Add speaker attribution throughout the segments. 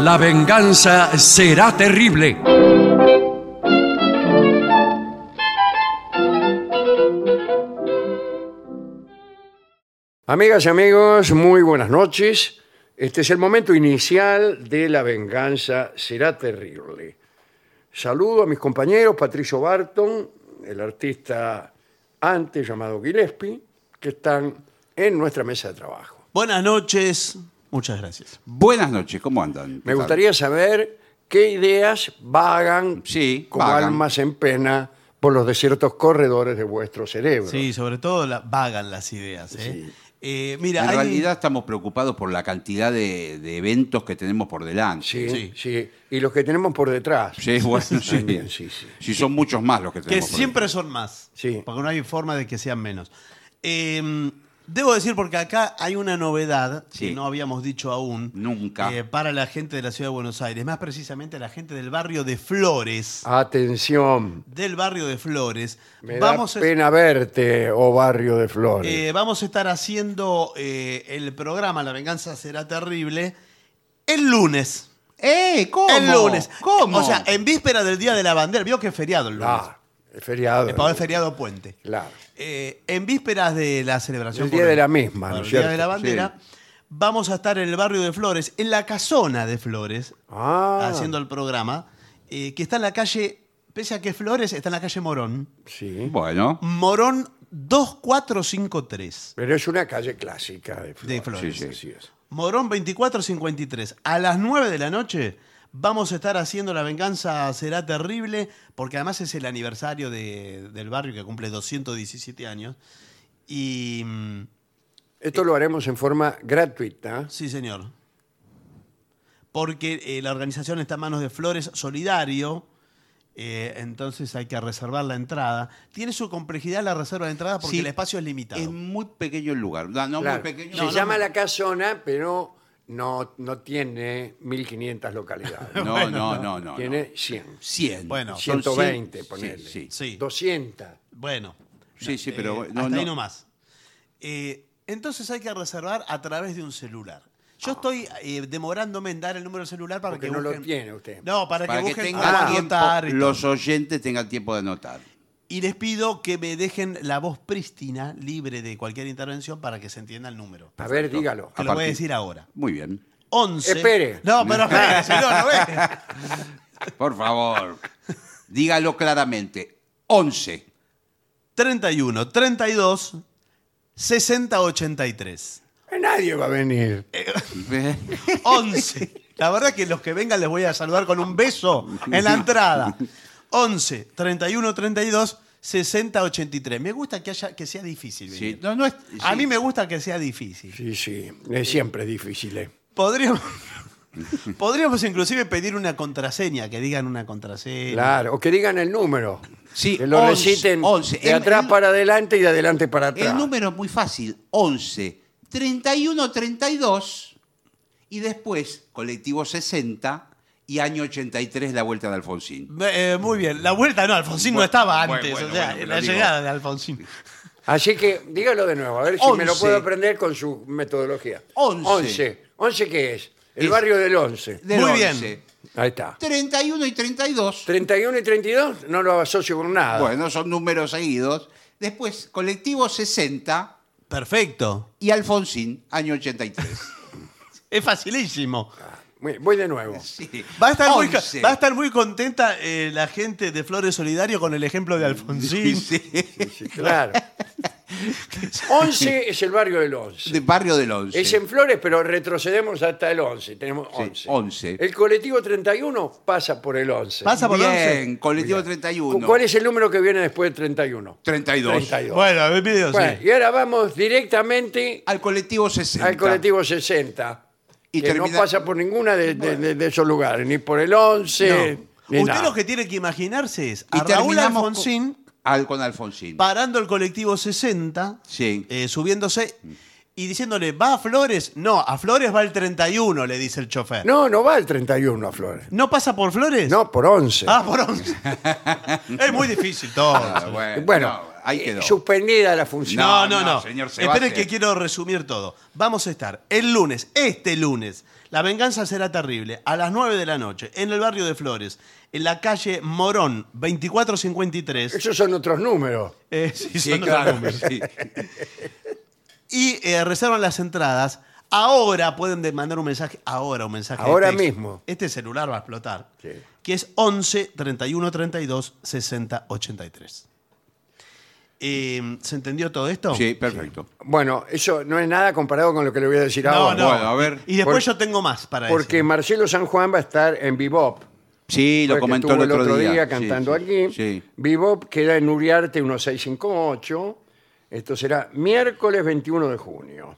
Speaker 1: La venganza será terrible. Amigas y amigos, muy buenas noches. Este es el momento inicial de La venganza será terrible. Saludo a mis compañeros Patricio Barton, el artista antes llamado Gillespie, que están en nuestra mesa de trabajo.
Speaker 2: Buenas noches. Muchas gracias.
Speaker 3: Buenas noches, ¿cómo andan?
Speaker 1: Me gustaría saber qué ideas vagan
Speaker 3: Sí,
Speaker 1: como
Speaker 3: vagan.
Speaker 1: almas en pena por los desiertos corredores de vuestro cerebro.
Speaker 2: Sí, sobre todo la- vagan las ideas. ¿eh? Eh, mira,
Speaker 3: En
Speaker 2: hay-
Speaker 3: realidad estamos preocupados por la cantidad de, de eventos que tenemos por delante.
Speaker 1: sí,
Speaker 2: Sí.
Speaker 1: sí. Y los que tenemos por detrás.
Speaker 3: Sí, bueno, sí.
Speaker 1: También, sí, sí.
Speaker 3: Si son muchos más los que
Speaker 2: que
Speaker 3: tenemos. por
Speaker 2: siempre son más.
Speaker 1: Sí.
Speaker 2: Porque no hay forma de que sean menos. Eh, debo decir, porque acá hay una novedad
Speaker 3: Sí.
Speaker 2: que no habíamos dicho aún.
Speaker 3: Nunca.
Speaker 2: eh, para la gente de la ciudad de Buenos Aires. Más precisamente la gente del barrio de Flores.
Speaker 1: Atención.
Speaker 2: Del barrio de Flores.
Speaker 1: Me
Speaker 2: vamos
Speaker 1: da
Speaker 2: a-
Speaker 1: pena verte, oh barrio de flores.
Speaker 2: Eh, vamos a estar haciendo eh, el programa La venganza será terrible el lunes.
Speaker 3: delante. ¡Eh! ¿Cómo?
Speaker 2: El lunes.
Speaker 3: ¿Cómo?
Speaker 2: O sea, en víspera del Día de la Bandera. Vio que es feriado el lunes.
Speaker 1: Ah, el feriado.
Speaker 2: Eh, para el feriado puente.
Speaker 1: Claro.
Speaker 2: Eh, en vísperas de la celebración.
Speaker 1: El día
Speaker 2: por
Speaker 1: de la misma,
Speaker 2: por
Speaker 1: ¿no
Speaker 2: el
Speaker 1: es
Speaker 2: Día
Speaker 1: cierto?
Speaker 2: de la Bandera. Vamos a estar en el barrio de Flores, en la casona de Flores,
Speaker 1: Ah,
Speaker 2: haciendo el programa, eh, que está en la calle, pese a que es Flores, está en la calle Morón.
Speaker 1: sí.
Speaker 3: Bueno,
Speaker 2: Morón 2453.
Speaker 1: Pero es una calle clásica de flores.
Speaker 2: De Flores.
Speaker 3: Sí, sí.
Speaker 1: Así es.
Speaker 2: Morón 2453. A las 9 de la noche vamos a estar haciendo La Venganza Será Terrible, porque además es el aniversario de- del barrio que cumple 217 años. Y. mm,
Speaker 1: Esto lo haremos en forma gratuita.
Speaker 2: Sí, señor. Porque eh, la organización está en manos de Flores Solidario. eh, entonces hay que reservar la entrada. Tiene su complejidad la reserva de entrada porque
Speaker 3: Sí.
Speaker 2: el espacio es limitado.
Speaker 3: es muy pequeño el lugar. No, no
Speaker 1: Claro.
Speaker 3: muy pequeño.
Speaker 1: Se
Speaker 3: no, no,
Speaker 1: llama La Casona, pero no, no tiene 1.500 localidades.
Speaker 3: No,
Speaker 2: Bueno,
Speaker 3: no, no, no.
Speaker 1: tiene 100.
Speaker 3: 100.
Speaker 2: Bueno.
Speaker 3: Son
Speaker 1: 120,
Speaker 3: 100.
Speaker 1: ponele.
Speaker 3: Sí, sí.
Speaker 2: Sí.
Speaker 1: 200.
Speaker 2: Bueno.
Speaker 3: Sí, sí, pero
Speaker 2: Eh,
Speaker 3: no,
Speaker 2: hasta ahí
Speaker 3: no.
Speaker 2: nomás. Eh, entonces hay que reservar a través de un celular. Yo estoy eh, demorándome en dar el número del celular para
Speaker 1: Porque
Speaker 2: que
Speaker 1: no lo
Speaker 2: busquen-
Speaker 1: tiene usted.
Speaker 2: No, para,
Speaker 3: Para
Speaker 2: que,
Speaker 3: que
Speaker 2: busquen
Speaker 3: tengan
Speaker 2: cómo
Speaker 3: tiempo,
Speaker 2: anotar y todo.
Speaker 3: los oyentes tengan tiempo de anotar.
Speaker 2: Y les pido que me dejen la voz prístina, libre de cualquier intervención, para que se entienda el número.
Speaker 1: A ver, dígalo.
Speaker 2: Que
Speaker 3: A
Speaker 2: lo voy a
Speaker 3: partir-
Speaker 2: decir ahora.
Speaker 3: Muy bien.
Speaker 2: 11.
Speaker 1: Espere.
Speaker 2: No, pero espere, si no, no ve.
Speaker 3: Por favor. Dígalo claramente. 11.
Speaker 2: 31, 32, 60, 83.
Speaker 1: Eh, Nadie va a venir.
Speaker 2: 11. La verdad que los que vengan les voy a saludar con un beso en la entrada. 11, 31, 32, 60, 83. Me gusta que, haya, que sea difícil.
Speaker 3: Sí,
Speaker 2: venir.
Speaker 3: no, no es-
Speaker 2: A
Speaker 3: sí.
Speaker 2: mí me gusta que sea difícil.
Speaker 1: Sí, sí.
Speaker 3: Eh,
Speaker 1: Es siempre difícil. eh.
Speaker 2: Podríamos, podríamos inclusive pedir una contraseña, que digan una contraseña.
Speaker 1: Claro. O que digan el número.
Speaker 3: eh. Sí,
Speaker 1: que lo
Speaker 3: 11,
Speaker 1: reciten
Speaker 3: 11.
Speaker 1: de
Speaker 3: El-
Speaker 1: atrás
Speaker 3: el-
Speaker 1: para adelante y de adelante para atrás.
Speaker 3: El número es muy fácil, 11, 31, 32 y después colectivo 60 y año 83 la vuelta de Alfonsín.
Speaker 2: Eh, muy bien. La vuelta no, Alfonsín no estaba
Speaker 3: bueno,
Speaker 2: antes.
Speaker 3: bueno,
Speaker 2: o sea,
Speaker 3: bueno, pero
Speaker 2: la
Speaker 3: digo-
Speaker 2: llegada de Alfonsín.
Speaker 1: Así que dígalo de nuevo, a ver si me lo
Speaker 3: 11.
Speaker 1: puedo aprender con su metodología.
Speaker 3: 11.
Speaker 1: 11. 11 qué es? El
Speaker 3: Es-
Speaker 1: barrio del 11.
Speaker 3: Del
Speaker 2: Muy
Speaker 3: 11,
Speaker 2: bien.
Speaker 1: Ahí está.
Speaker 3: 31 y 32.
Speaker 1: 31 y 32 no lo asocio con nada.
Speaker 3: Bueno, son números seguidos. Después colectivo 60
Speaker 2: Perfecto.
Speaker 3: y Alfonsín, año 83.
Speaker 2: Es facilísimo.
Speaker 1: Muy- Voy de nuevo.
Speaker 3: Sí.
Speaker 2: Va a, estar muy, ca-
Speaker 3: 11.
Speaker 2: va a estar muy contenta eh, la gente de Flores Solidario con el ejemplo de Alfonsín.
Speaker 3: Sí.
Speaker 1: Sí, claro. 11 es el barrio del 11.
Speaker 3: De barrio del 11.
Speaker 1: Es en Flores, pero retrocedemos hasta el 11. Tenemos 11.
Speaker 3: 11.
Speaker 1: El colectivo 31 pasa por el 11.
Speaker 2: ¿Pasa por el
Speaker 3: Bien,
Speaker 2: 11?
Speaker 3: colectivo
Speaker 1: ¿Cu-
Speaker 3: 31.
Speaker 1: ¿Cuál es el número que viene después del 31?
Speaker 3: 32.
Speaker 1: 32.
Speaker 2: Bueno, a ver, video, sí.
Speaker 1: Bueno, y ahora vamos directamente
Speaker 3: Al colectivo 60.
Speaker 1: al colectivo 60.
Speaker 3: Y
Speaker 1: que no
Speaker 3: termina-
Speaker 1: pasa por ninguna de, de- de- de esos lugares, ni por el 11. ni
Speaker 2: Usted
Speaker 1: nada.
Speaker 2: lo que tiene que imaginarse es
Speaker 3: Y
Speaker 2: a Raúl
Speaker 3: terminamos con-
Speaker 2: Alfonsín
Speaker 3: Al, con Alfonsín.
Speaker 2: parando el colectivo 60,
Speaker 3: Sí.
Speaker 2: eh, subiéndose y diciéndole, ¿va a Flores? No, a Flores va el 31, le dice el chofer. ¿No,
Speaker 1: No, no va el 31 a Flores.
Speaker 2: pasa por Flores?
Speaker 1: No, por 11.
Speaker 2: Ah, por 11. es muy difícil todo.
Speaker 3: Ah, bueno,
Speaker 1: bueno,
Speaker 3: no, Ahí
Speaker 1: eh,
Speaker 3: quedó.
Speaker 1: suspendida la función.
Speaker 2: No, Ah, no,
Speaker 3: No, Ah, no,
Speaker 2: no.
Speaker 3: señor
Speaker 2: Esperen
Speaker 3: Sebastes.
Speaker 2: que quiero resumir todo. Vamos a estar el lunes, este lunes, La Venganza será terrible, a las 9 de la noche, en el barrio de Flores, en la calle Morón, 2453.
Speaker 1: Esos son otros números.
Speaker 2: Eh, sí,
Speaker 3: Sí,
Speaker 2: son los
Speaker 3: claro,
Speaker 2: números.
Speaker 3: sí.
Speaker 2: Y eh, reservan las entradas. Ahora pueden de- mandar un mensaje, ahora un mensaje. de
Speaker 1: Ahora
Speaker 2: texto.
Speaker 1: mismo.
Speaker 2: Este celular va a explotar.
Speaker 1: Sí.
Speaker 2: Que es 11 31 32 60 83. Eh, ¿Se entendió todo esto?
Speaker 3: Sí, perfecto.
Speaker 1: Bueno, eso no es nada comparado con lo que le voy a decir
Speaker 2: No,
Speaker 1: ahora.
Speaker 2: no.
Speaker 3: Bueno, a ver.
Speaker 2: Y después
Speaker 1: Por-
Speaker 2: yo tengo más para
Speaker 1: Porque
Speaker 2: eso.
Speaker 1: Marcelo San Juan va a estar en Bebop.
Speaker 3: Sí, lo
Speaker 1: que
Speaker 3: comentó el
Speaker 1: estuvo
Speaker 3: otro, día. Sí,
Speaker 1: cantando
Speaker 3: sí,
Speaker 1: aquí.
Speaker 3: Sí.
Speaker 1: Bebop queda en Uriarte 1658. Esto será miércoles 21 de junio,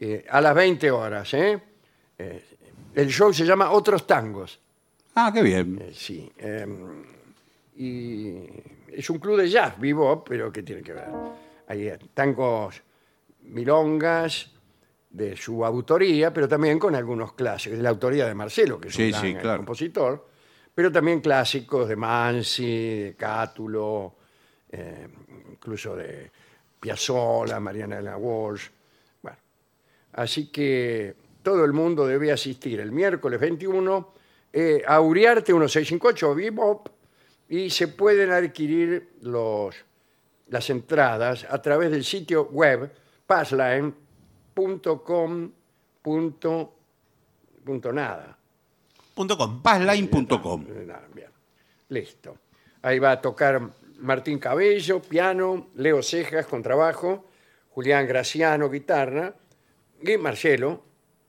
Speaker 1: eh, a las 20 horas. ¿eh? Eh, el show se llama Otros Tangos.
Speaker 3: Ah, qué bien.
Speaker 1: Eh, sí. eh, y es un club de jazz, bebop, pero ¿qué tiene que ver? Hay eh, tangos milongas de su autoría, pero también con algunos clásicos, de la autoría de Marcelo, que es un
Speaker 3: Sí,
Speaker 1: gran,
Speaker 3: sí,
Speaker 1: eh,
Speaker 3: claro.
Speaker 1: compositor, pero también clásicos de Mansi, de Cátulo, eh, incluso de Piazzolla, Mariana de la Walsh. Bueno, Así que todo el mundo debe asistir el miércoles 21 eh, a Uriarte 1658 Bebop y se pueden adquirir los, las entradas a través del sitio web passline.com.nada.
Speaker 2: Punto com.
Speaker 3: Passline.com.
Speaker 1: Listo. Ahí va a tocar Martín Cabello, piano, Leo Cejas, contrabajo, Julián Graciano, guitarra, y Marcelo,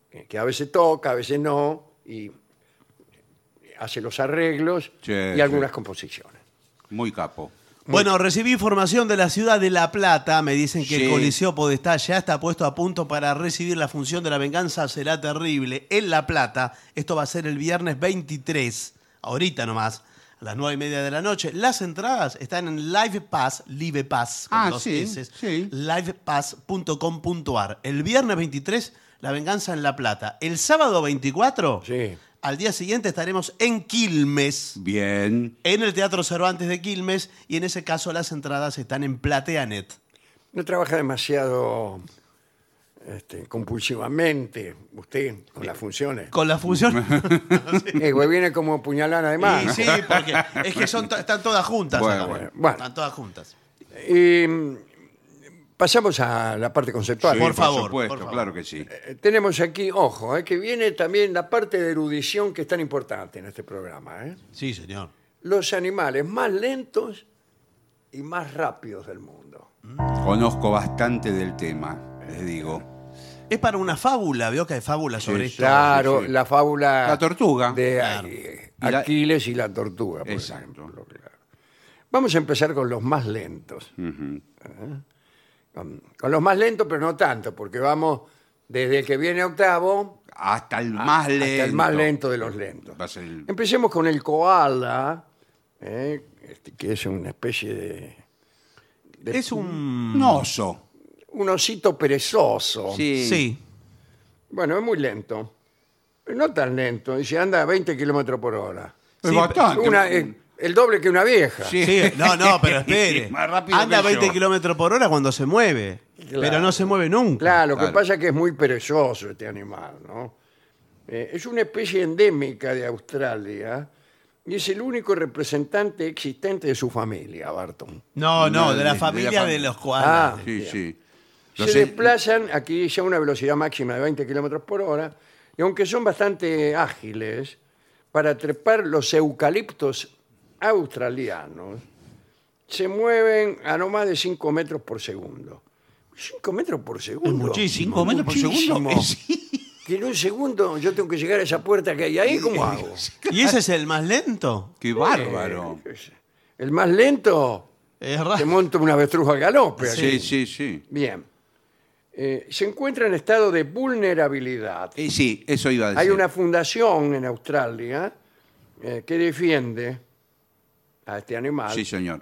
Speaker 1: que- que a veces toca, a veces no, y hace los arreglos
Speaker 3: Sí,
Speaker 1: y
Speaker 3: sí.
Speaker 1: algunas composiciones.
Speaker 3: Muy capo.
Speaker 2: Bueno, recibí información de la ciudad de La Plata. Me dicen que
Speaker 3: Sí.
Speaker 2: el Coliseo Podestá ya está puesto a punto para recibir la función de la venganza. Será terrible. En La Plata. Esto va a ser el viernes 23. Ahorita nomás. A las 9 y media de la noche. Las entradas están en Live Pass, Live Pass, con
Speaker 3: Ah,
Speaker 2: dos
Speaker 3: sí,
Speaker 2: Ss,
Speaker 3: sí.
Speaker 2: livepass.com.ar. El viernes 23, La Venganza en La Plata. El sábado 24,
Speaker 1: Sí.
Speaker 2: al día siguiente estaremos en Quilmes
Speaker 3: Bien.
Speaker 2: en el Teatro Cervantes de Quilmes y en ese caso las entradas están en Plateanet.
Speaker 1: No trabaja demasiado este, compulsivamente usted con las funciones.
Speaker 2: Con la función.
Speaker 1: Eh, güey, viene como puñalada de
Speaker 2: Y
Speaker 1: mano.
Speaker 2: sí, porque es que son to- están todas juntas.
Speaker 3: Bueno,
Speaker 2: acá.
Speaker 1: bueno, bueno.
Speaker 2: Están todas juntas.
Speaker 1: Y, mm, pasamos a la parte conceptual.
Speaker 3: Sí,
Speaker 2: por favor,
Speaker 3: Por supuesto,
Speaker 2: por favor.
Speaker 3: claro que sí.
Speaker 1: Eh, tenemos aquí, ojo, eh, que viene también la parte de erudición que es tan importante en este programa. eh.
Speaker 2: Sí, señor.
Speaker 1: Los animales más lentos y más rápidos del mundo.
Speaker 3: Conozco bastante del tema, les digo.
Speaker 2: Es para una fábula, veo que hay fábulas sobre esto.
Speaker 1: Claro,
Speaker 3: sí, sí.
Speaker 1: la fábula
Speaker 3: La tortuga.
Speaker 1: de
Speaker 2: Claro.
Speaker 1: eh,
Speaker 3: Y la-
Speaker 1: Aquiles y la tortuga. por
Speaker 3: Exacto.
Speaker 1: ejemplo, claro. Vamos a empezar con los más lentos. ¿Eh? Con, con los más lentos, pero no tanto, porque vamos desde el que viene octavo
Speaker 3: Hasta el más lento.
Speaker 1: Ah, Hasta el más lento de los lentos.
Speaker 3: Va a ser el-
Speaker 1: Empecemos con el koala, eh, este, que es una especie de, de-
Speaker 2: Es un.
Speaker 3: Un oso.
Speaker 1: un osito perezoso.
Speaker 3: Sí.
Speaker 2: Sí.
Speaker 1: Bueno, es muy lento, pero no tan lento. Dice, anda a 20 kilómetros por hora.
Speaker 3: Es
Speaker 2: Sí,
Speaker 3: bastante. Mm.
Speaker 1: Una, eh, el doble que una vieja.
Speaker 3: Ah, Sí.
Speaker 2: Sí, no, no, pero espere.
Speaker 3: Más rápido
Speaker 2: Anda a
Speaker 3: que yo.
Speaker 2: 20 kilómetros por hora cuando se mueve.
Speaker 1: Claro.
Speaker 2: Pero no se mueve nunca.
Speaker 1: Claro, lo que
Speaker 3: Claro.
Speaker 1: pasa es que es muy perezoso este animal, ¿no? Eh, es una especie endémica de Australia y es el único representante existente de su familia, Barton.
Speaker 2: No, no,
Speaker 3: No,
Speaker 2: de
Speaker 3: de-
Speaker 2: la
Speaker 3: de la
Speaker 2: familia de,
Speaker 3: fam-
Speaker 2: los koalas.
Speaker 1: Ah.
Speaker 3: Sí, sí.
Speaker 1: Se
Speaker 3: Los es-
Speaker 1: desplazan aquí ya a una velocidad máxima de 20 kilómetros por hora, y aunque son bastante ágiles, para trepar los eucaliptos australianos, se mueven a no más de 5 metros por segundo. 5 metros por segundo.
Speaker 2: muchísimo.
Speaker 3: ¿Cinco metros por segundo?
Speaker 1: Muchísimo.
Speaker 3: Sí.
Speaker 1: Que en un segundo yo tengo que llegar a esa puerta que hay ahí, ¿cómo hago?
Speaker 2: ¿Y ese es el más lento?
Speaker 3: Qué
Speaker 1: Eh,
Speaker 3: bárbaro. Ah.
Speaker 1: El más lento
Speaker 2: Es
Speaker 1: se
Speaker 2: raro.
Speaker 1: monta una avestruja al galope. aquí.
Speaker 3: Sí, sí, sí.
Speaker 1: Bien. Eh, se encuentra en estado de vulnerabilidad.
Speaker 3: Eh, sí, eso iba a decir.
Speaker 1: Hay una fundación en Australia eh, que defiende a este animal.
Speaker 3: Sí, señor.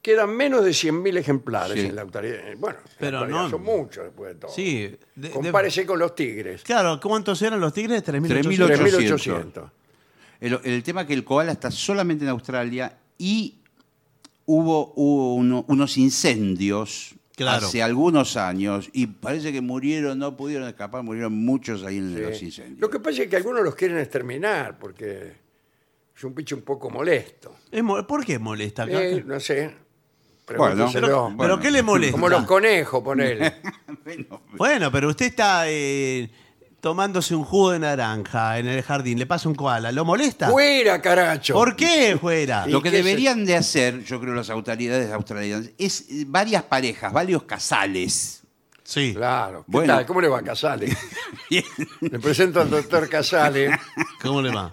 Speaker 1: Quedan menos de 100.000 ejemplares
Speaker 3: Sí.
Speaker 1: en la autoridad. Eh, Bueno, en la
Speaker 2: Pero
Speaker 1: actualidad
Speaker 2: no-
Speaker 1: son muchos después de todo.
Speaker 2: Sí. de- de-
Speaker 1: Compárese con los tigres.
Speaker 2: Claro, ¿cuántos eran los tigres? 3.800.
Speaker 3: 3.800.
Speaker 1: 3.800.
Speaker 3: El, el tema es que el koala está solamente en Australia y hubo uno- unos incendios
Speaker 2: Claro.
Speaker 3: hace algunos años y parece que murieron, no pudieron escapar, murieron muchos ahí en los incendios.
Speaker 1: Lo que pasa es que algunos los quieren exterminar porque es un bicho un poco molesto.
Speaker 2: Es mo- ¿Por qué molesta? acá?
Speaker 1: Eh, no sé.
Speaker 3: Bueno,
Speaker 1: Pregúnteselo.
Speaker 2: pero,
Speaker 3: bueno.
Speaker 2: ¿pero ¿qué le molesta?
Speaker 1: Como los conejos, ponele.
Speaker 3: Bueno,
Speaker 2: Bueno, pero usted está eh, tomándose un jugo de naranja en el jardín, le pasa un koala, ¿lo molesta?
Speaker 1: ¡Fuera, caracho!
Speaker 2: ¿Por qué fuera?
Speaker 1: Sí.
Speaker 3: Lo que
Speaker 1: qué sé-
Speaker 3: deberían de hacer, yo creo, las autoridades australianas, es eh, varias parejas, varios casales.
Speaker 2: Sí.
Speaker 1: Claro. ¿Qué
Speaker 3: Bueno.
Speaker 1: tal? ¿Cómo le va a Casale? le presento al doctor Casale.
Speaker 2: ¿Cómo le va?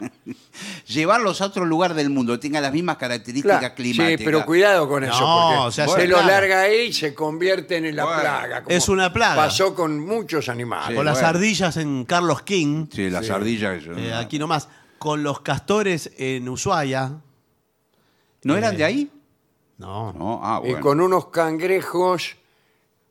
Speaker 3: Llevarlos a otro lugar del mundo, tenga las mismas características
Speaker 1: Claro.
Speaker 3: climáticas.
Speaker 1: Sí, pero cuidado con eso.
Speaker 2: No,
Speaker 1: porque
Speaker 2: o sea,
Speaker 1: se
Speaker 2: se
Speaker 1: lo
Speaker 2: plaga.
Speaker 1: larga ahí y se convierte en la
Speaker 3: Bueno,
Speaker 1: plaga. como
Speaker 2: es una plaga.
Speaker 1: Pasó con muchos animales.
Speaker 2: Con las
Speaker 3: bueno.
Speaker 2: ardillas en Carlos King,
Speaker 3: Sí, las
Speaker 1: Eh, Sí.
Speaker 3: ardillas. eso,
Speaker 2: eh,
Speaker 3: ¿no?
Speaker 2: aquí nomás, con los castores en Ushuaia.
Speaker 3: ¿No
Speaker 2: Eh.
Speaker 3: eran de ahí?
Speaker 2: No,
Speaker 3: No, ah,
Speaker 1: Y
Speaker 3: bueno.
Speaker 1: con unos cangrejos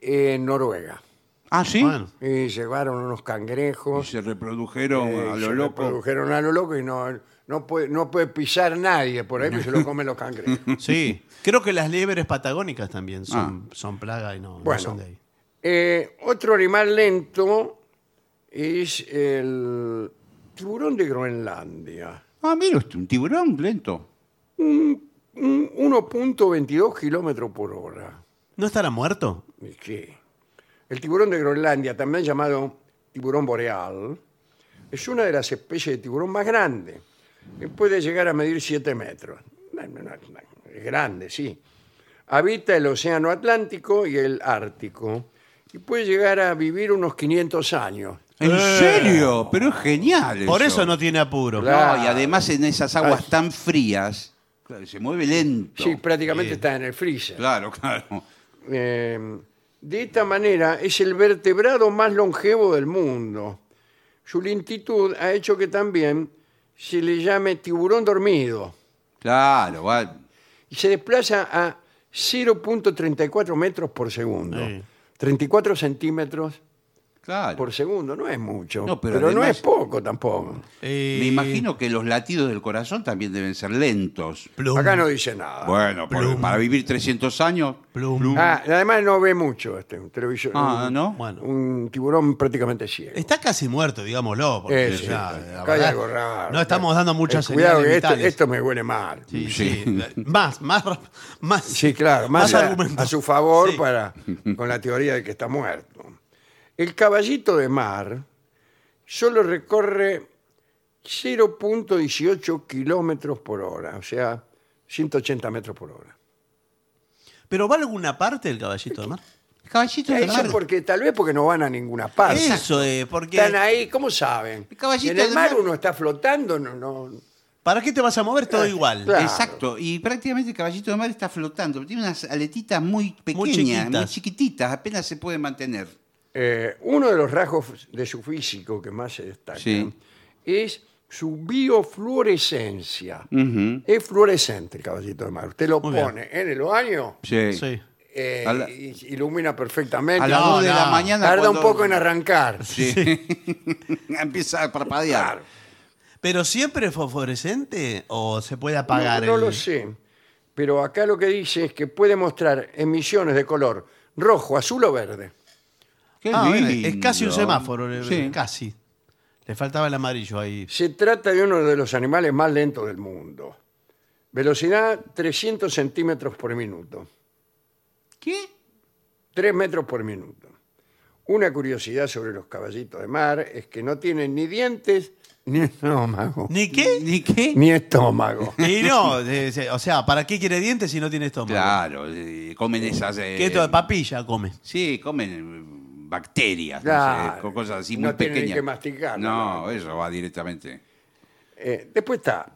Speaker 1: en Noruega.
Speaker 3: Ah, sí.
Speaker 2: bueno.
Speaker 1: Y llevaron unos cangrejos.
Speaker 3: Y se reprodujeron
Speaker 1: Eh,
Speaker 3: a
Speaker 1: se
Speaker 3: lo loco.
Speaker 1: reprodujeron a lo loco y no, no, puede, no puede pisar nadie por ahí, porque se lo comen los cangrejos.
Speaker 2: Sí, creo que las liebres patagónicas también son, son plaga y no, no
Speaker 1: Bueno.
Speaker 2: son de ahí.
Speaker 1: Eh, otro animal lento es el tiburón de Groenlandia.
Speaker 3: Ah, mira usted, un tiburón lento.
Speaker 1: Un 1.22 kilómetros por hora.
Speaker 2: ¿No estará muerto?
Speaker 1: ¿Y qué? El tiburón de Groenlandia, también llamado tiburón boreal, es una de las especies de tiburón más grandes. que Puede llegar a medir 7 metros. No, no, no, no, Es grande, sí. Habita el océano Atlántico y el Ártico. Y puede llegar a vivir unos 500 años.
Speaker 3: ¿En
Speaker 2: Eh.
Speaker 3: serio? Pero es genial.
Speaker 2: Por eso no tiene apuro.
Speaker 1: Claro.
Speaker 3: No, y además en esas aguas tan frías, claro, se mueve lento.
Speaker 1: Sí, prácticamente
Speaker 2: Sí.
Speaker 1: está en el freezer.
Speaker 3: Claro, claro.
Speaker 1: Eh, de esta manera es el vertebrado más longevo del mundo. Su lentitud ha hecho que también se le llame tiburón dormido
Speaker 3: Claro, va.
Speaker 1: y se desplaza a 0.34 metros por segundo.
Speaker 2: Sí.
Speaker 1: 34 centímetros
Speaker 3: Claro.
Speaker 1: por segundo, no es mucho,
Speaker 3: No,
Speaker 1: pero,
Speaker 3: pero
Speaker 1: no
Speaker 3: además-
Speaker 1: es poco tampoco.
Speaker 2: Eh,
Speaker 3: Me imagino que los latidos del corazón también deben ser lentos.
Speaker 2: plum,
Speaker 1: Acá no dice nada.
Speaker 3: Bueno, por-
Speaker 2: Plum.
Speaker 3: para vivir 300 años.
Speaker 2: plum.
Speaker 1: Ah, además no ve mucho este un televisor-
Speaker 3: Ah,
Speaker 1: un-
Speaker 3: ¿no?
Speaker 2: Bueno.
Speaker 1: un tiburón prácticamente ciego.
Speaker 2: Está casi muerto, digámoslo. Porque
Speaker 1: Eh, sí,
Speaker 2: ya,
Speaker 1: acá
Speaker 2: la
Speaker 1: hay
Speaker 2: verdad,
Speaker 1: algo raro.
Speaker 2: No estamos dando muchas
Speaker 1: Eh, cuidado, que
Speaker 2: señales
Speaker 1: esto,
Speaker 2: vitales.
Speaker 1: esto me huele mal.
Speaker 2: Sí,
Speaker 3: Sí.
Speaker 2: sí. Más, más, más.
Speaker 1: Sí, claro, más, a,
Speaker 2: argumentos.
Speaker 1: a su favor
Speaker 2: Sí.
Speaker 1: para, con la teoría de que está muerto. El caballito de mar solo recorre 0.18 kilómetros por hora, o sea, 180 metros por hora.
Speaker 2: ¿Pero va a alguna parte del caballito de mar?
Speaker 3: Caballito de
Speaker 1: Eso
Speaker 3: mar.
Speaker 1: porque tal vez porque no van a ninguna parte.
Speaker 2: Eso es, porque.
Speaker 1: Ah, Están ahí, ¿cómo saben?
Speaker 3: El caballito
Speaker 1: en el
Speaker 3: de
Speaker 1: mar
Speaker 3: mar-
Speaker 1: uno está flotando, no, no.
Speaker 2: ¿Para qué te vas a mover? Todo igual.
Speaker 1: claro.
Speaker 3: Exacto, y prácticamente el caballito de mar está flotando. Tiene unas aletitas muy pequeñas, muy
Speaker 2: chiquitas.
Speaker 3: chiquititas, apenas se puede mantener.
Speaker 1: Eh, uno de los rasgos de su físico que más se destaca
Speaker 3: Sí.
Speaker 1: es su biofluorescencia.
Speaker 3: Ujú.
Speaker 1: Es fluorescente el caballito de mar. Usted lo
Speaker 2: Muy bien.
Speaker 1: pone en el baño,
Speaker 3: Sí.
Speaker 2: Sí.
Speaker 1: eh,
Speaker 3: A la-
Speaker 1: y ilumina perfectamente.
Speaker 3: A las
Speaker 2: No,
Speaker 3: 2 de
Speaker 2: no.
Speaker 3: la mañana.
Speaker 1: Tarda
Speaker 3: cuando-
Speaker 1: un poco en arrancar.
Speaker 3: Sí. Empieza a parpadear.
Speaker 1: Claro.
Speaker 2: ¿Pero siempre es fosforescente o se puede apagar?
Speaker 1: No, no
Speaker 2: el-
Speaker 1: lo sé. Pero acá lo que dice es que puede mostrar emisiones de color rojo, azul o verde.
Speaker 3: Qué
Speaker 2: Ah, bueno, es
Speaker 3: lindo.
Speaker 2: casi un semáforo, le-
Speaker 3: Sí.
Speaker 2: casi. Le faltaba el amarillo ahí.
Speaker 1: Se trata de uno de los animales más lentos del mundo. Velocidad 300 centímetros por minuto.
Speaker 3: ¿Qué?
Speaker 1: 3 metros por minuto. Una curiosidad sobre los caballitos de mar es que no tienen ni dientes ni estómago.
Speaker 2: ¿Ni qué?
Speaker 3: ¿Ni qué?
Speaker 1: Ni estómago.
Speaker 2: Y no, eh, se- o sea, ¿para qué quiere dientes si no tiene estómago?
Speaker 3: Claro, eh, comen esas. eh,
Speaker 2: Que esto de papilla come.
Speaker 3: Sí, comen eh, bacterias, no
Speaker 1: Claro.
Speaker 3: sé, co- cosas así
Speaker 1: No
Speaker 3: muy
Speaker 1: tienen ni
Speaker 3: pequeñas.
Speaker 1: que masticar,
Speaker 3: No,
Speaker 1: ¿no?
Speaker 3: eso va directamente.
Speaker 1: Eh, después está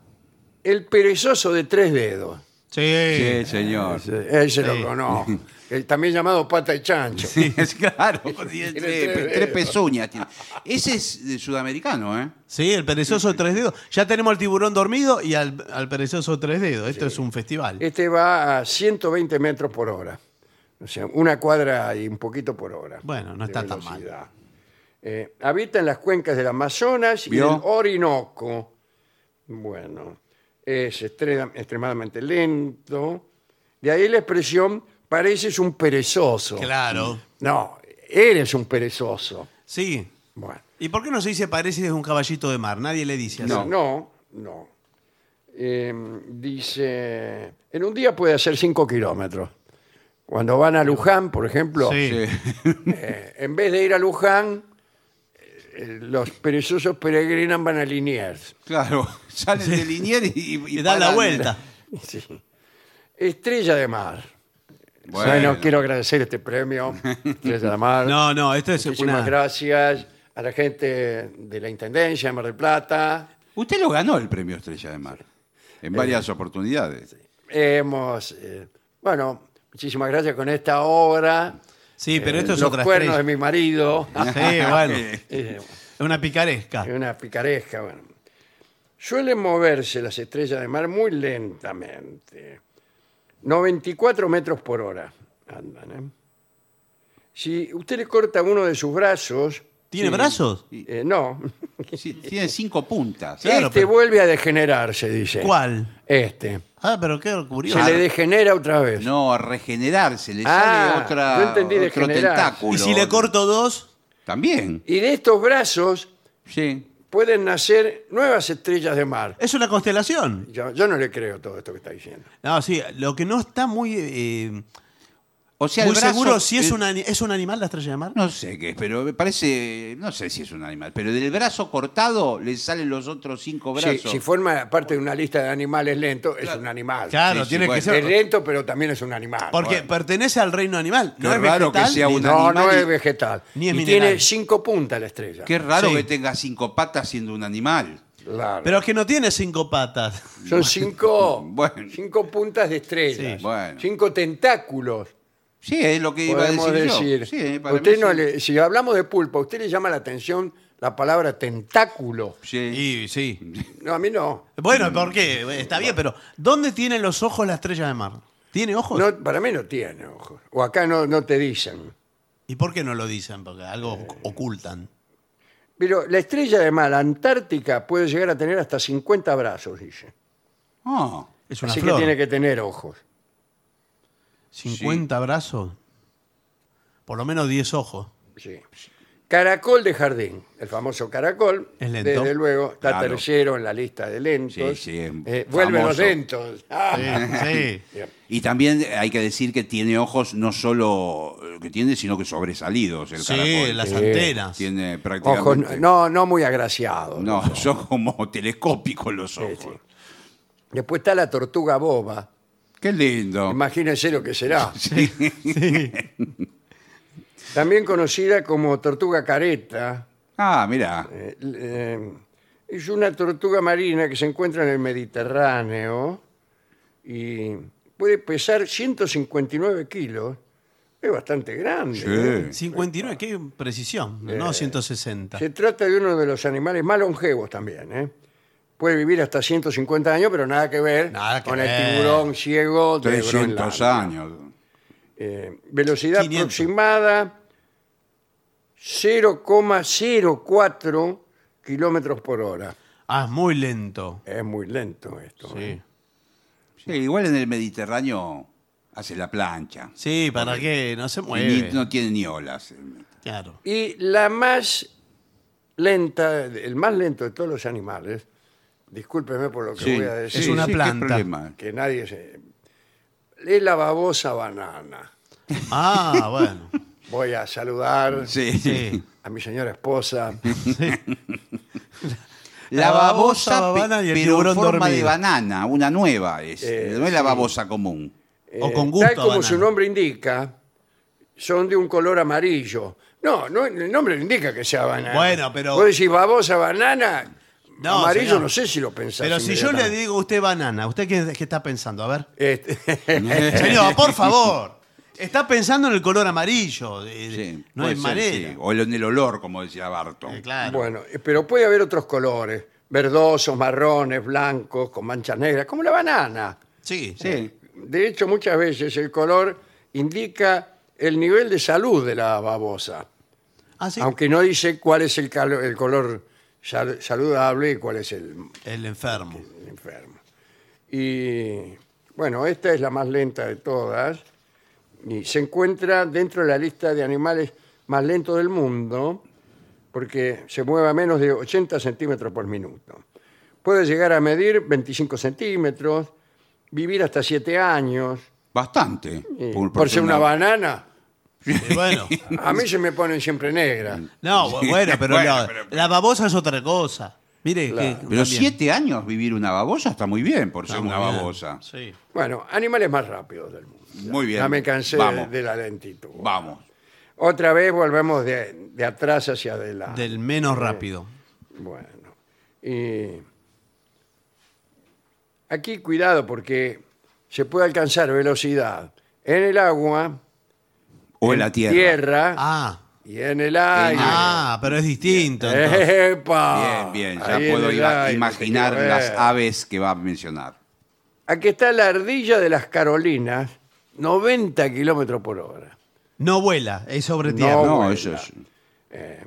Speaker 1: el perezoso de tres dedos.
Speaker 3: Sí, señor.
Speaker 1: Ese ese
Speaker 2: Sí.
Speaker 1: lo conozco. El también llamado pata de chancho.
Speaker 3: Sí, es claro.
Speaker 1: tres
Speaker 3: tiene tres, pe- tres
Speaker 1: dedos.
Speaker 3: pezuñas. tiene. Ese es eh, sudamericano, ¿eh?
Speaker 2: Sí, el perezoso de tres dedos. Ya tenemos al tiburón dormido y al, al perezoso de tres dedos. Esto es un festival.
Speaker 1: Este va a 120 metros por hora. O sea, una cuadra y un poquito por hora.
Speaker 2: Bueno, no
Speaker 1: de
Speaker 2: está tan mal.
Speaker 1: velocidad. Eh, habita en las cuencas del Amazonas y
Speaker 3: ¿Vio?
Speaker 1: del Orinoco. Bueno, es estre- extremadamente lento De ahí la expresión, pareces un perezoso.
Speaker 2: Claro.
Speaker 1: No, eres un perezoso.
Speaker 2: Sí.
Speaker 1: Bueno.
Speaker 2: ¿Y por qué no se dice parece un caballito de mar? Nadie le dice así.
Speaker 1: No, no. no. Eh, dice, en un día puede hacer 5 kilómetros. Cuando van a Luján, por ejemplo,
Speaker 2: Sí.
Speaker 1: eh, en vez de ir a Luján, eh, los perezosos peregrinan van a Liniers.
Speaker 3: Claro, salen de Liniers y, y
Speaker 2: Le da la
Speaker 3: paran-
Speaker 2: vuelta.
Speaker 1: Sí. Estrella de mar. Bueno.
Speaker 3: Bueno,
Speaker 1: quiero agradecer este premio. Estrella de mar.
Speaker 2: No, no, esto es
Speaker 1: Muchísimas
Speaker 2: una...
Speaker 1: gracias a la gente de la Intendencia de Mar del Plata.
Speaker 3: Usted lo ganó el premio Estrella de Mar en varias oportunidades.
Speaker 1: Hemos, eh, bueno, muchísimas gracias con esta obra.
Speaker 2: Sí, pero esto es
Speaker 1: Eh, Los
Speaker 2: otra
Speaker 1: cuernos de
Speaker 2: estrella.
Speaker 1: mi marido.
Speaker 2: Sí, bueno. Es
Speaker 1: Eh,
Speaker 2: una picaresca.
Speaker 1: una picaresca. Bueno. Suelen moverse las estrellas de mar muy lentamente. 94 metros por hora andan. ¿eh? Si usted le corta uno de sus brazos,
Speaker 2: ¿Tiene brazos?
Speaker 1: eh, no,
Speaker 3: Sí, tiene cinco puntas.
Speaker 2: Claro,
Speaker 1: este
Speaker 2: pero-
Speaker 1: vuelve a degenerarse, dice.
Speaker 2: ¿Cuál?
Speaker 1: Este.
Speaker 2: Ah, pero qué
Speaker 1: Se
Speaker 2: curioso.
Speaker 1: le degenera otra vez.
Speaker 3: No, regenerarse, le
Speaker 1: Ah,
Speaker 3: sale otra,
Speaker 1: yo entendí
Speaker 3: otro
Speaker 1: degenerar.
Speaker 3: tentáculo.
Speaker 2: ¿Y si le corto dos?
Speaker 3: También,
Speaker 1: Y de estos brazos
Speaker 3: sí.
Speaker 1: pueden nacer nuevas estrellas de mar.
Speaker 2: Es una constelación.
Speaker 1: Yo, yo no le creo todo esto que está diciendo.
Speaker 2: No, sí, lo que no está muy, eh,
Speaker 3: O sea, el
Speaker 2: muy
Speaker 3: brazo- Eh.
Speaker 2: seguro si es,
Speaker 3: el-
Speaker 2: un ani- es un animal la estrella de mar.
Speaker 3: No sé qué es, pero me parece, no sé si es un animal, pero del brazo cortado le salen los otros cinco
Speaker 1: Si,
Speaker 3: brazos.
Speaker 1: si forma parte de una lista de animales lentos, es un animal.
Speaker 2: Claro,
Speaker 3: sí,
Speaker 2: tiene
Speaker 3: bueno.
Speaker 1: Es
Speaker 2: que ser.
Speaker 1: lento, pero también es un animal.
Speaker 2: Porque pertenece al reino animal. No
Speaker 3: Qué
Speaker 2: es
Speaker 3: raro
Speaker 2: vegetal,
Speaker 3: que sea
Speaker 2: ni-
Speaker 3: un
Speaker 1: no,
Speaker 3: animal
Speaker 1: no
Speaker 3: y-
Speaker 1: es vegetal.
Speaker 2: ni es
Speaker 1: y
Speaker 2: mineral.
Speaker 1: tiene cinco puntas la estrella.
Speaker 3: Qué raro
Speaker 2: Sí.
Speaker 3: que tenga cinco patas siendo un animal.
Speaker 1: Claro.
Speaker 2: Pero es que no tiene cinco patas.
Speaker 1: Son cinco,
Speaker 3: Bueno.
Speaker 1: cinco puntas de estrellas.
Speaker 3: Sí. Bueno.
Speaker 1: Cinco tentáculos.
Speaker 3: Sí, es lo que iba a
Speaker 1: podemos decir.
Speaker 3: decir, yo. Sí, para
Speaker 1: usted
Speaker 3: mí
Speaker 1: no
Speaker 3: sí.
Speaker 1: le- si hablamos de pulpa, ¿a usted le llama la atención la palabra tentáculo?
Speaker 3: Sí.
Speaker 2: Y sí.
Speaker 1: No, a mí no.
Speaker 2: Bueno, ¿por qué? Está bien, pero ¿dónde tiene los ojos la estrella de mar? ¿Tiene ojos?
Speaker 1: No, para mí no tiene ojos. O acá no, no te dicen.
Speaker 2: ¿Y por qué no lo dicen? Porque algo oc- ocultan.
Speaker 1: Pero la estrella de mar, la Antártica, puede llegar a tener hasta 50 brazos, dice.
Speaker 3: Ah,
Speaker 2: Es una
Speaker 1: Así
Speaker 2: flor.
Speaker 1: que tiene que tener ojos.
Speaker 2: 50 brazos. Por lo menos 10 ojos.
Speaker 1: Sí. Caracol de jardín, el famoso caracol,
Speaker 2: Es lento.
Speaker 1: desde luego, está
Speaker 3: Claro.
Speaker 1: tercero en la lista de lentos.
Speaker 3: Sí, sí, es
Speaker 1: Eh, vuelven los
Speaker 3: famoso.
Speaker 1: lentos. Ah.
Speaker 2: Sí.
Speaker 1: Bien.
Speaker 3: y también hay que decir que tiene ojos no solo eh, que tiene, sino que sobresalidos. El
Speaker 2: Sí,
Speaker 3: caracol.
Speaker 2: las antenas.
Speaker 3: Tiene
Speaker 1: Ojos
Speaker 3: prácticamente.
Speaker 1: no, no muy agraciados.
Speaker 3: No, son como telescópicos los ojos.
Speaker 1: Después está la tortuga boba.
Speaker 3: Qué lindo.
Speaker 1: Imagínense lo que será.
Speaker 3: Sí.
Speaker 1: También conocida como tortuga careta.
Speaker 3: Ah, mira.
Speaker 1: Eh, eh, es una tortuga marina que se encuentra en el Mediterráneo y puede pesar 159 kilos. Es bastante grande. ¿eh?
Speaker 2: 59, qué precisión,
Speaker 3: Eh,
Speaker 2: no 160.
Speaker 1: Se trata de uno de los animales más longevos también. ¿eh? Puede vivir hasta 150 años, pero nada que ver
Speaker 2: Nada que
Speaker 1: con el
Speaker 2: ver.
Speaker 1: tiburón ciego de
Speaker 3: 300
Speaker 1: Groenlandia.
Speaker 3: años.
Speaker 1: Eh, velocidad
Speaker 2: 500.
Speaker 1: aproximada 0,04 kilómetros por hora.
Speaker 2: Ah, es muy lento.
Speaker 1: Es muy lento esto. ¿eh?
Speaker 2: Sí.
Speaker 3: Sí, igual en el Mediterráneo hace la plancha.
Speaker 2: Sí, ¿para qué? No se
Speaker 3: Y
Speaker 2: mueve.
Speaker 3: ni- no tiene ni olas.
Speaker 2: Claro.
Speaker 1: Y la más lenta, el más lento de todos los animales, discúlpeme por lo que
Speaker 3: Sí,
Speaker 1: voy a decir,
Speaker 2: es una
Speaker 3: ¿qué
Speaker 2: planta.
Speaker 3: problema?
Speaker 1: que nadie se... Es la babosa banana.
Speaker 2: Ah, bueno.
Speaker 1: Voy a saludar
Speaker 3: Sí.
Speaker 2: Sí.
Speaker 1: a mi señora esposa.
Speaker 2: La
Speaker 3: La babosa,
Speaker 2: babosa,
Speaker 3: pe-
Speaker 2: babana y el
Speaker 3: pero en
Speaker 2: tiburón
Speaker 3: forma
Speaker 2: dormido.
Speaker 3: de banana, una nueva es.
Speaker 1: Eh,
Speaker 3: no es la
Speaker 1: sí.
Speaker 3: babosa común.
Speaker 2: O con
Speaker 1: Eh, Tal
Speaker 2: gusto a
Speaker 1: como
Speaker 2: banana.
Speaker 1: su nombre indica, son de un color amarillo. No, no el nombre no indica que sea banana.
Speaker 2: Bueno, pero-
Speaker 1: Vos decís babosa, banana,
Speaker 2: No,
Speaker 1: amarillo,
Speaker 2: señor.
Speaker 1: no sé si lo pensás.
Speaker 2: Pero si yo le
Speaker 1: inmediatamente.
Speaker 2: digo a usted banana, ¿usted qué, qué está pensando? A ver.
Speaker 1: Este-
Speaker 2: Señor, por favor. Está pensando en el color amarillo. eh,
Speaker 3: Sí,
Speaker 2: no
Speaker 3: puede
Speaker 2: hay
Speaker 3: ser,
Speaker 2: manera.
Speaker 3: sí. O el- en el olor, como decía Barton.
Speaker 2: Eh, claro.
Speaker 1: Bueno, eh, pero puede haber otros colores. Verdosos, marrones, blancos, con manchas negras, como la banana.
Speaker 2: Sí.
Speaker 3: Sí.
Speaker 1: De hecho, muchas veces el color indica el nivel de salud de la babosa.
Speaker 2: Ah, sí.
Speaker 1: Aunque no dice cuál es el, calo- el color sal- saludable y cuál es el
Speaker 2: El enfermo.
Speaker 1: enfermo. Y Bueno, esta es la más lenta de todas y se encuentra dentro de la lista de animales más lentos del mundo porque se mueve a menos de 80 centímetros por minuto. Puede llegar a medir 25 centímetros, vivir hasta 7 años.
Speaker 3: Bastante.
Speaker 1: y por ser una banana,
Speaker 2: Y Eh, bueno.
Speaker 1: a mí se me ponen siempre negra.
Speaker 2: No, bu- bueno, pero,
Speaker 3: Bueno,
Speaker 2: la,
Speaker 3: pero-
Speaker 2: la babosa es otra cosa. Mire,
Speaker 1: Claro.
Speaker 2: que,
Speaker 3: Pero
Speaker 2: también.
Speaker 3: siete años vivir una babosa está muy bien por ser
Speaker 2: Está
Speaker 3: una
Speaker 2: muy bien.
Speaker 3: babosa.
Speaker 2: Sí.
Speaker 1: Bueno, animales más rápidos del mundo.
Speaker 3: Muy bien.
Speaker 1: Ya me cansé
Speaker 3: Vamos.
Speaker 1: de la lentitud.
Speaker 3: Vamos.
Speaker 1: Otra vez volvemos de, de atrás hacia adelante.
Speaker 2: Del menos rápido.
Speaker 1: Bueno. Y aquí cuidado porque se puede alcanzar velocidad en el agua,
Speaker 3: O en la tierra.
Speaker 2: Ah,
Speaker 1: y en el aire.
Speaker 2: ah, pero es distinto.
Speaker 1: Eh.
Speaker 2: entonces.
Speaker 1: ¡Epa!
Speaker 3: Bien, bien. Ya
Speaker 1: Ah, Ahí en
Speaker 3: puedo
Speaker 1: el
Speaker 3: ima-
Speaker 1: aire,
Speaker 3: imaginar
Speaker 1: señor.
Speaker 3: las aves que va a mencionar.
Speaker 1: Aquí está la ardilla de las Carolinas, 90 kilómetros por hora.
Speaker 2: No vuela, es sobre
Speaker 1: No.
Speaker 2: tierra.
Speaker 1: bueno.
Speaker 3: No, eso es.
Speaker 1: eh?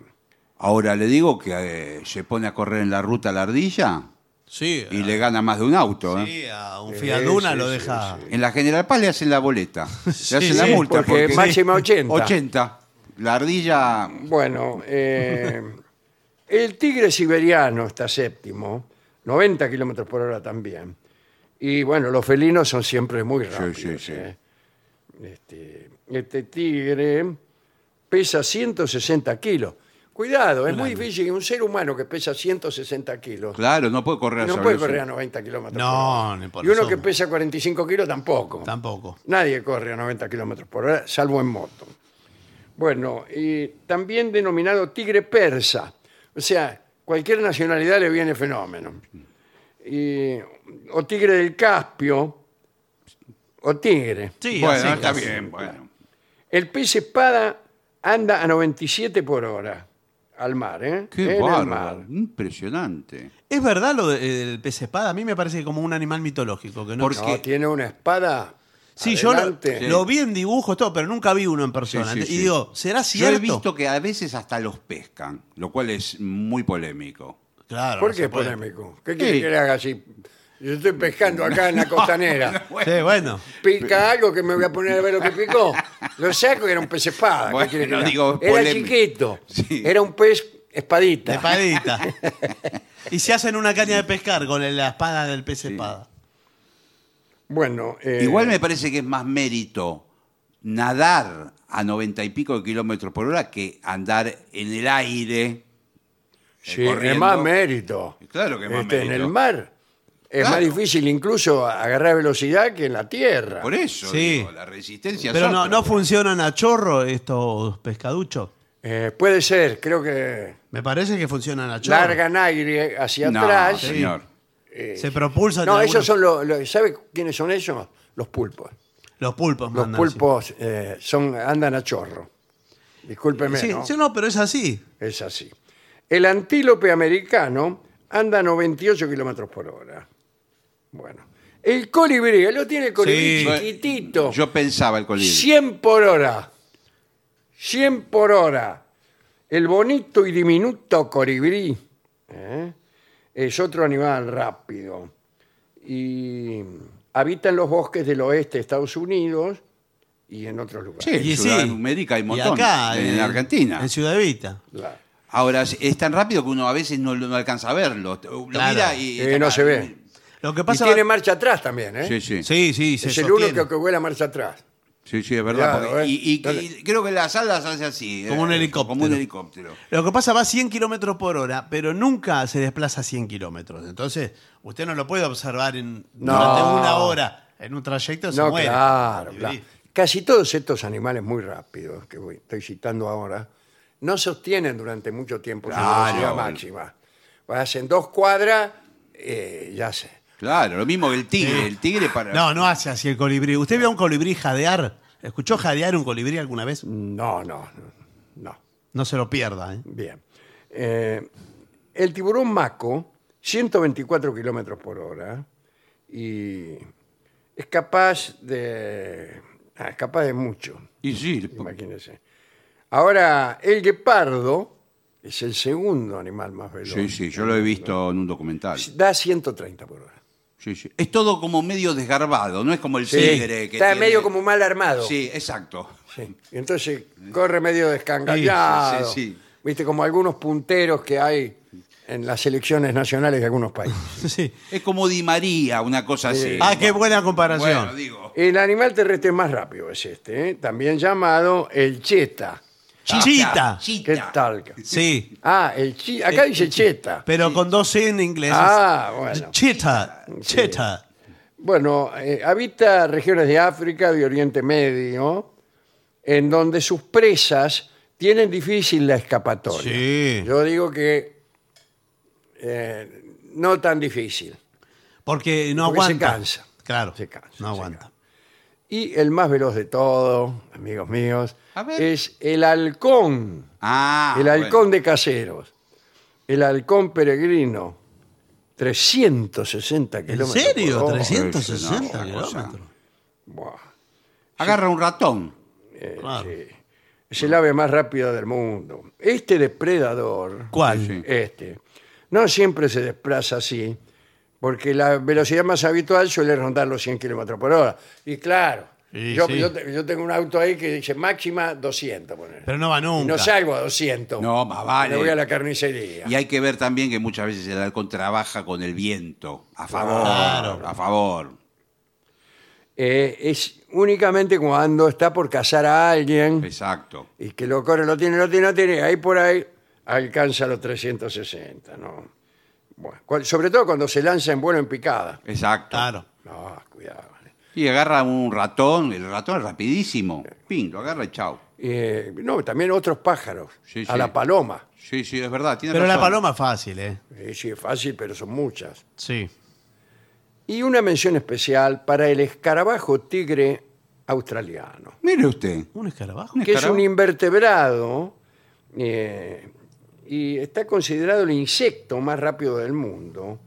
Speaker 3: Ahora le digo que eh, se pone a correr en la ruta la ardilla
Speaker 2: Sí,
Speaker 3: y
Speaker 2: a-
Speaker 3: le gana más de un auto. ¿eh?
Speaker 2: sí, a un
Speaker 1: Sí,
Speaker 2: Fiat Duna
Speaker 1: sí,
Speaker 2: lo
Speaker 1: sí,
Speaker 2: deja.
Speaker 1: sí.
Speaker 3: En la General Paz le hacen la boleta. Le
Speaker 2: Sí,
Speaker 3: hacen la
Speaker 2: sí,
Speaker 3: multa.
Speaker 1: porque máxima 80.
Speaker 3: 80. La ardilla.
Speaker 1: Bueno, eh, el tigre siberiano está séptimo, 90 kilómetros por hora también. Y bueno, los felinos son siempre muy rápidos.
Speaker 3: sí, sí.
Speaker 1: ¿eh? Este, este tigre pesa 160 kilos. Cuidado, es muy difícil que un ser humano que pesa 160 kilos
Speaker 3: Claro, no puede correr a
Speaker 1: no
Speaker 3: esa
Speaker 1: puede
Speaker 3: velocidad.
Speaker 1: correr a 90 kilómetros
Speaker 2: No,
Speaker 1: por hora.
Speaker 2: ni por
Speaker 1: Y uno
Speaker 2: asomo.
Speaker 1: que pesa 45 kilos tampoco.
Speaker 2: Tampoco.
Speaker 1: Nadie corre a 90 kilómetros por hora, salvo en moto. Bueno, y también denominado tigre persa. O sea, cualquier nacionalidad le viene fenómeno. Y- o tigre del Caspio, o tigre.
Speaker 2: Sí,
Speaker 3: Bueno,
Speaker 2: así
Speaker 3: está
Speaker 2: casi.
Speaker 3: bien. Bueno.
Speaker 1: El pez espada anda a 97 por hora al mar, ¿eh? en
Speaker 3: Qué
Speaker 1: el
Speaker 3: bárbaro.
Speaker 1: mar.
Speaker 3: Impresionante.
Speaker 2: Es verdad lo de- del pez espada, a mí me parece como un animal mitológico. Que no
Speaker 3: Porque-
Speaker 1: No, tiene una espada.
Speaker 2: Sí, yo lo,
Speaker 1: adelante.
Speaker 2: lo vi en dibujos, todo, pero nunca vi uno en persona.
Speaker 3: Sí, sí,
Speaker 2: y
Speaker 3: sí.
Speaker 2: digo, ¿será
Speaker 3: Yo
Speaker 2: cierto?
Speaker 3: he visto que a veces hasta los pescan, lo cual es muy polémico.
Speaker 2: Claro.
Speaker 1: ¿Por
Speaker 2: no
Speaker 1: qué
Speaker 2: se
Speaker 1: es
Speaker 2: puede.
Speaker 1: polémico? ¿Qué quiere que le haga así? Yo estoy pescando acá en la costanera.
Speaker 2: Sí, bueno.
Speaker 1: Pica algo que me voy a poner a ver lo que picó. Lo saco y era un pez espada. ¿Qué
Speaker 3: Bueno,
Speaker 1: quiere que le haga?
Speaker 3: digo,
Speaker 1: era
Speaker 3: polémico.
Speaker 1: chiquito.
Speaker 3: Sí.
Speaker 1: Era un pez espadita.
Speaker 2: De espadita. y se hacen una caña de pescar con la espada del pez espada.
Speaker 1: Bueno, eh,
Speaker 3: Igual me parece que es más mérito nadar a noventa y pico de kilómetros por hora que andar en el aire. eh,
Speaker 1: sí, es
Speaker 3: corriendo.
Speaker 1: más mérito.
Speaker 3: Claro que es más
Speaker 1: Este, En
Speaker 3: mérito.
Speaker 1: el mar es
Speaker 3: Claro.
Speaker 1: más difícil incluso agarrar velocidad que en la tierra.
Speaker 3: Por eso,
Speaker 2: Sí.
Speaker 3: digo, la resistencia. es
Speaker 2: Pero no,
Speaker 3: otra.
Speaker 2: no funcionan a chorro estos pescaduchos.
Speaker 1: Eh, puede ser, creo que
Speaker 2: Me parece que funcionan a chorro.
Speaker 1: largan aire hacia
Speaker 3: No,
Speaker 1: atrás.
Speaker 3: señor.
Speaker 2: Se propulsan.
Speaker 1: No,
Speaker 2: de
Speaker 1: esos
Speaker 2: algunos-
Speaker 1: son los, los- ¿Sabe quiénes son ellos? Los pulpos.
Speaker 2: los pulpos.
Speaker 1: Los
Speaker 2: mandan, sí.
Speaker 1: pulpos eh, son, andan a chorro. Discúlpeme,
Speaker 2: Sí,
Speaker 1: ¿no?
Speaker 2: sí, no, pero es así.
Speaker 1: Es así. El antílope americano anda a 98 kilómetros por hora. Bueno. El colibrí, lo tiene el colibrí
Speaker 2: Sí.
Speaker 1: chiquitito.
Speaker 3: Yo pensaba el colibrí.
Speaker 1: 100 por hora. 100 por hora. El bonito y diminuto colibrí ¿eh? es otro animal rápido. Y habita en los bosques del oeste de Estados Unidos y en otros lugares.
Speaker 3: Sí, en
Speaker 2: Y sí.
Speaker 3: Sudamérica hay un
Speaker 2: Y
Speaker 3: montón.
Speaker 2: acá,
Speaker 3: en, Argentina.
Speaker 2: En Ciudad Evita.
Speaker 1: Claro.
Speaker 3: Ahora, es tan rápido que uno a veces no, lo- no alcanza a verlo. Lo
Speaker 2: Claro.
Speaker 3: mira y.
Speaker 1: Eh, no se ve.
Speaker 2: Lo que
Speaker 1: Y
Speaker 2: pasa
Speaker 1: tiene marcha atrás también, ¿eh?
Speaker 3: Sí, sí.
Speaker 2: Sí, sí, se
Speaker 1: es el
Speaker 2: sostiene.
Speaker 1: único que huele a marcha atrás.
Speaker 3: Sí, sí, es verdad.
Speaker 1: Claro,
Speaker 3: porque-
Speaker 1: eh.
Speaker 3: y, y-
Speaker 1: Dale.
Speaker 3: y creo que las alas hace así.
Speaker 2: Como un
Speaker 3: eh,
Speaker 2: helicóptero.
Speaker 3: Como un helicóptero.
Speaker 2: Lo que pasa va a 100 kilómetros por hora, pero nunca se desplaza a 100 kilómetros. Entonces, usted no lo puede observar en,
Speaker 1: No.
Speaker 2: durante una hora. En un trayecto se
Speaker 1: No,
Speaker 2: muere.
Speaker 1: claro,
Speaker 2: Y-
Speaker 1: claro. Casi todos estos animales muy rápidos que voy- estoy citando ahora no sostienen durante mucho tiempo
Speaker 3: Claro.
Speaker 1: su velocidad máxima. Hacen dos cuadras, eh, ya sé.
Speaker 3: Claro, lo mismo que el tigre. El tigre para.
Speaker 2: No, no hace así el colibrí. ¿Usted vio a un colibrí jadear? ¿Escuchó jadear un colibrí alguna vez?
Speaker 1: No, no, no, no.
Speaker 2: No se lo pierda. ¿eh?
Speaker 1: Bien. Eh, el tiburón maco, 124 kilómetros por hora, y es capaz de. ah, es capaz de mucho.
Speaker 3: Y sí,
Speaker 1: Imagínense. Ahora, el guepardo es el segundo animal más veloz.
Speaker 3: sí, sí, yo lo he visto en un documental.
Speaker 1: Da 130 por hora.
Speaker 3: Sí, sí. Es todo como medio desgarbado, no es como el
Speaker 1: Sí.
Speaker 3: tigre que
Speaker 1: Está
Speaker 3: tiene-
Speaker 1: medio como mal armado.
Speaker 3: Sí, exacto.
Speaker 1: Sí. Y entonces corre medio descangallado.
Speaker 3: Sí, sí, sí.
Speaker 1: Viste, como algunos punteros que hay en las selecciones nacionales de algunos países.
Speaker 2: Sí.
Speaker 3: Es como Di María, una cosa así.
Speaker 2: Ah, qué buena
Speaker 3: Bueno,
Speaker 2: comparación.
Speaker 3: digo.
Speaker 1: El animal terrestre más rápido es este, ¿eh? también llamado el cheta.
Speaker 2: Chichita.
Speaker 3: Chita.
Speaker 1: ¿Qué tal?
Speaker 2: Sí,
Speaker 1: Ah, el chi- acá dice cheta.
Speaker 2: pero con dos C en inglés.
Speaker 1: Ah, bueno.
Speaker 2: Chita. Chita.
Speaker 1: Bueno, eh, habita regiones de África, de Oriente Medio, en donde sus presas tienen difícil la escapatoria.
Speaker 2: Sí.
Speaker 1: Yo digo que eh, no tan difícil.
Speaker 2: Porque no
Speaker 1: Porque se
Speaker 2: aguanta.
Speaker 1: cansa.
Speaker 2: Claro.
Speaker 1: Se cansa,
Speaker 2: No
Speaker 1: se
Speaker 2: aguanta.
Speaker 1: cansa. Y el más veloz de todo, amigos míos,
Speaker 3: A ver.
Speaker 1: es el halcón.
Speaker 3: Ah,
Speaker 1: el
Speaker 3: bueno.
Speaker 1: halcón de caseros. El halcón peregrino. 360
Speaker 2: ¿En
Speaker 1: kilómetros.
Speaker 2: serio?
Speaker 1: por hora.
Speaker 2: 360
Speaker 3: no,
Speaker 2: kilómetros.
Speaker 1: Buah.
Speaker 3: Agarra un ratón.
Speaker 1: Eh,
Speaker 2: Claro.
Speaker 1: Es el ave más rápida del mundo. Este depredador,
Speaker 2: ¿Cuál?
Speaker 3: Sí, sí.
Speaker 1: este, no siempre se desplaza así, porque la velocidad más habitual suele rondar los 100 kilómetros por hora. Y claro,
Speaker 2: Sí,
Speaker 1: yo,
Speaker 2: sí.
Speaker 1: yo te- yo tengo un auto ahí que dice máxima 200. poner.
Speaker 2: Pero no va
Speaker 1: Y
Speaker 2: nunca.
Speaker 1: no salgo a 200.
Speaker 3: No, más vale.
Speaker 1: Me voy a la carnicería.
Speaker 3: Y hay que ver también que muchas veces el halcón trabaja con el viento. A favor.
Speaker 2: Claro.
Speaker 3: A favor.
Speaker 1: Eh, es únicamente cuando está por cazar a alguien
Speaker 3: Exacto.
Speaker 1: y que lo corre, lo tiene, lo tiene, lo tiene, ahí por ahí alcanza los 360, ¿no? Bueno, cual- sobre todo cuando se lanza en vuelo en picada.
Speaker 3: Exacto.
Speaker 2: Claro.
Speaker 1: No, cuidado. ¿eh?
Speaker 3: Y agarra un ratón. El ratón es rapidísimo. Pin, lo agarra y chao.
Speaker 1: Eh, no, también otros pájaros.
Speaker 3: Sí,
Speaker 1: a
Speaker 3: sí.
Speaker 1: la paloma.
Speaker 3: Sí, sí, es verdad. tiene
Speaker 2: Pero la
Speaker 3: razón.
Speaker 2: paloma es fácil, ¿eh?
Speaker 1: Eh, sí, es fácil, pero son muchas.
Speaker 2: Sí.
Speaker 1: Y una mención especial para el escarabajo tigre australiano.
Speaker 3: Mire usted.
Speaker 2: ¿Un escarabajo?
Speaker 3: Un
Speaker 1: que es
Speaker 3: escarabajo.
Speaker 1: un invertebrado eh, y está considerado el insecto más rápido del mundo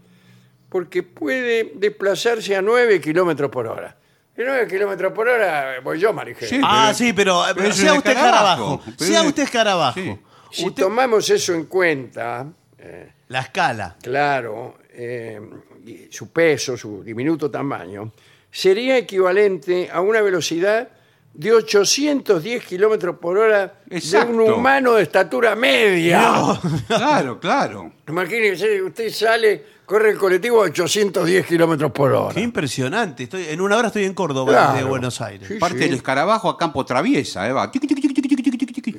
Speaker 1: porque puede desplazarse a 9 kilómetros por hora. Y 9 kilómetros por hora eh, voy yo, Marijel.
Speaker 3: Sí.
Speaker 2: Ah,
Speaker 3: Pero-
Speaker 2: sí, pero, eh,
Speaker 3: pero es
Speaker 2: sea
Speaker 3: un
Speaker 2: usted
Speaker 3: escarabajo.
Speaker 2: escarabajo.
Speaker 3: Pero
Speaker 2: Sea
Speaker 3: es-
Speaker 2: usted escarabajo.
Speaker 3: sí.
Speaker 1: Si tomamos eso en cuenta, eh,
Speaker 2: La escala.
Speaker 1: claro, eh, y su peso, su diminuto tamaño, sería equivalente a una velocidad de 810 kilómetros por hora de un
Speaker 3: Exacto.
Speaker 1: humano de estatura media.
Speaker 3: Claro, claro.
Speaker 1: Imagínese, usted sale, corre el colectivo a 810 kilómetros por hora.
Speaker 2: Qué impresionante. Estoy, en una hora estoy en Córdoba,
Speaker 1: Claro.
Speaker 2: desde Buenos Aires.
Speaker 1: Sí.
Speaker 3: Parte el escarabajo a campo traviesa, ¿eh? Va. Tiqui, tiqui, tiqui, tiqui, tiqui, tiqui, tiqui.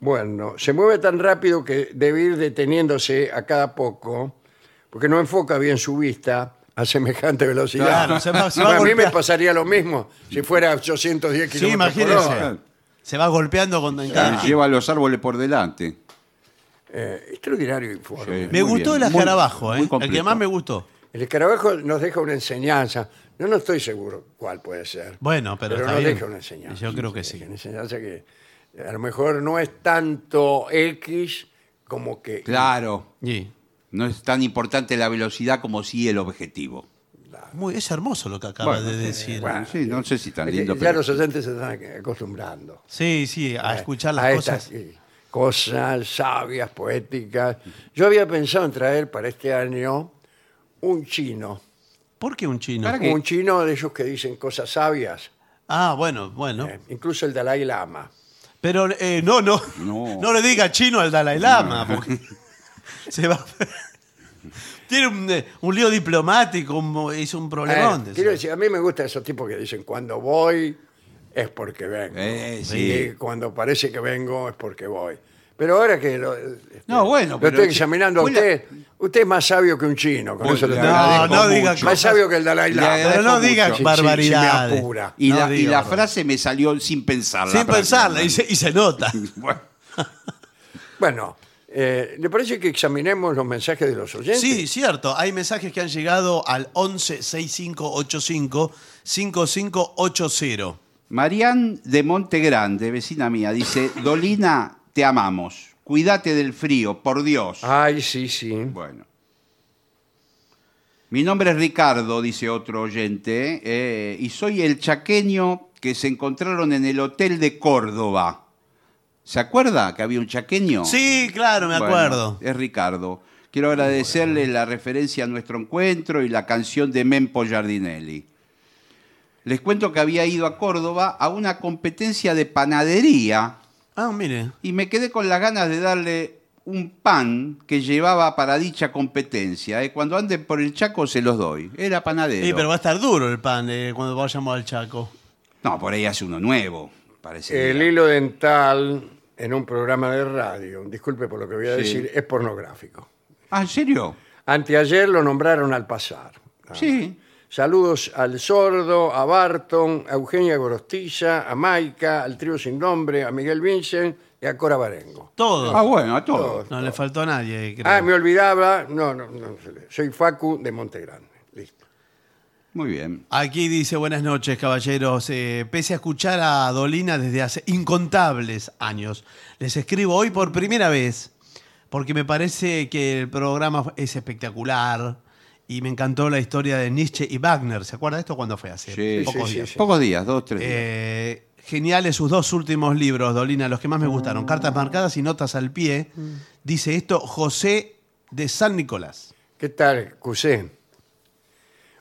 Speaker 1: Bueno, se mueve tan rápido que debe ir deteniéndose a cada poco, porque no enfoca bien su vista a semejante velocidad.
Speaker 2: Claro, se va- se va
Speaker 1: a mí me
Speaker 2: golpea-
Speaker 1: pasaría lo mismo si fuera a 810
Speaker 2: Sí,
Speaker 1: kilómetros por hora.
Speaker 2: imagínese. Se va golpeando con en cada-
Speaker 3: Ah, Lleva los árboles por delante.
Speaker 1: Eh, extraordinario informe.
Speaker 3: Sí.
Speaker 2: Me
Speaker 3: Muy
Speaker 2: gustó
Speaker 3: bien,
Speaker 2: el
Speaker 3: muy-
Speaker 2: escarabajo,
Speaker 3: muy
Speaker 2: ¿eh? El que
Speaker 3: completo.
Speaker 2: más me gustó.
Speaker 1: El escarabajo nos deja una enseñanza. No, no estoy seguro cuál puede ser.
Speaker 2: Bueno, pero está
Speaker 1: nos
Speaker 2: bien.
Speaker 1: deja una enseñanza.
Speaker 2: Yo creo que sí.
Speaker 1: Deja Una enseñanza que a lo mejor no es tanto X como que...
Speaker 3: Claro.
Speaker 2: Sí.
Speaker 3: No es tan importante la velocidad como sí el objetivo.
Speaker 2: Muy, es hermoso lo que acaba
Speaker 3: Bueno,
Speaker 2: de decir.
Speaker 1: bueno.
Speaker 3: Sí, no sé si tan
Speaker 1: Eh,
Speaker 3: lindo,
Speaker 1: ya
Speaker 3: pero-
Speaker 1: los oyentes se están acostumbrando
Speaker 2: Sí, sí,
Speaker 3: Eh,
Speaker 2: a escuchar las
Speaker 1: a
Speaker 2: cosas.
Speaker 1: estas eh, cosas sabias, poéticas. Yo había pensado en traer para este año un chino.
Speaker 2: ¿Por qué un chino?
Speaker 3: ¿Para qué?
Speaker 1: Un chino de esos que dicen cosas sabias,
Speaker 2: Ah, bueno, bueno.
Speaker 1: eh, incluso el Dalai Lama.
Speaker 2: Pero eh, no, no, no.
Speaker 3: No.
Speaker 2: le diga chino al Dalai Lama, porque se va. Tiene un, eh, un lío diplomático, un mo- hizo un problemón.
Speaker 1: Eh,
Speaker 2: de
Speaker 1: quiero
Speaker 2: eso.
Speaker 1: decir, a mí me gustan esos tipos que dicen cuando voy es porque vengo.
Speaker 3: Eh,
Speaker 1: Y
Speaker 3: sí.
Speaker 1: cuando parece que vengo es porque voy. Pero ahora que lo, este,
Speaker 3: No, bueno,
Speaker 1: lo
Speaker 3: pero
Speaker 1: estoy
Speaker 3: si-
Speaker 1: examinando a
Speaker 3: fue la-
Speaker 1: usted, usted es más sabio que un chino. Con
Speaker 3: Uy,
Speaker 1: eso le
Speaker 3: le
Speaker 1: digo.
Speaker 2: no,
Speaker 3: agradezco
Speaker 2: no diga
Speaker 3: mucho.
Speaker 1: más
Speaker 2: cosas.
Speaker 1: sabio que el Dalai
Speaker 3: Le
Speaker 1: Lama.
Speaker 2: Pero no
Speaker 3: agradezco
Speaker 2: diga
Speaker 3: mucho. Sí, sí, sí, me
Speaker 2: barbaridades.
Speaker 1: apura.
Speaker 3: Y,
Speaker 2: No
Speaker 3: la,
Speaker 2: diga
Speaker 3: y la
Speaker 2: barbaridades.
Speaker 3: frase me salió sin pensarla.
Speaker 2: Sin pensarla, y se,
Speaker 3: prácticamente.
Speaker 2: y se nota.
Speaker 3: Bueno,
Speaker 1: Bueno, eh, ¿le parece que examinemos los mensajes de los oyentes?
Speaker 2: Sí, cierto. Hay mensajes que han llegado al 11 6585 5580.
Speaker 3: Marían de Monte Grande, vecina mía, dice, Dolina, te amamos. Cuídate del frío, por Dios.
Speaker 1: Ay, sí, sí.
Speaker 3: Bueno. Mi nombre es Ricardo, dice otro oyente, eh, y soy el chaqueño que se encontraron en el hotel de Córdoba. ¿Se acuerda que había un chaqueño?
Speaker 2: Sí, claro, me
Speaker 3: Bueno,
Speaker 2: acuerdo.
Speaker 3: es Ricardo, que Quiero agradecerle la referencia a nuestro encuentro y la canción de Mempo Giardinelli. Les cuento que había ido a Córdoba a una competencia de panadería
Speaker 2: Ah, mire.
Speaker 3: y me quedé con las ganas de darle un pan que llevaba para dicha competencia. ¿eh? Cuando anden por el Chaco se los doy. Era panadero.
Speaker 2: Sí, pero va a estar duro el pan eh, cuando vayamos al Chaco.
Speaker 3: No, por ahí hace uno nuevo, parece.
Speaker 1: El hilo dental en un programa de radio, disculpe por lo que voy a
Speaker 3: Sí.
Speaker 1: decir, es pornográfico.
Speaker 3: Ah, ¿en serio?
Speaker 1: Anteayer lo nombraron al pasar. Ah.
Speaker 3: Sí.
Speaker 1: Saludos al Sordo, a Barton, a Eugenia Gorostiza, a Maica, al trío sin nombre, a Miguel Vincent y a Cora Barengo.
Speaker 2: Todo.
Speaker 3: Ah, bueno, a todos.
Speaker 2: no le faltó a nadie, creo.
Speaker 1: Ah, me olvidaba. No, no, no. Soy Facu de Montegrande. Listo.
Speaker 3: Muy bien.
Speaker 2: Aquí dice, buenas noches, caballeros. Eh, pese a escuchar a Dolina desde hace incontables años, les escribo hoy por primera vez, porque me parece que el programa es espectacular y me encantó la historia de Nietzsche y Wagner. ¿Se acuerda de esto cuando fue hace
Speaker 3: Sí,
Speaker 2: pocos
Speaker 1: sí, sí,
Speaker 2: días?
Speaker 1: sí.
Speaker 3: Pocos días, dos, tres. días.
Speaker 2: Eh, geniales sus dos últimos libros, Dolina, los que más me gustaron. Cartas marcadas y notas al pie. Dice esto José de San Nicolás.
Speaker 1: ¿Qué tal, Cusé?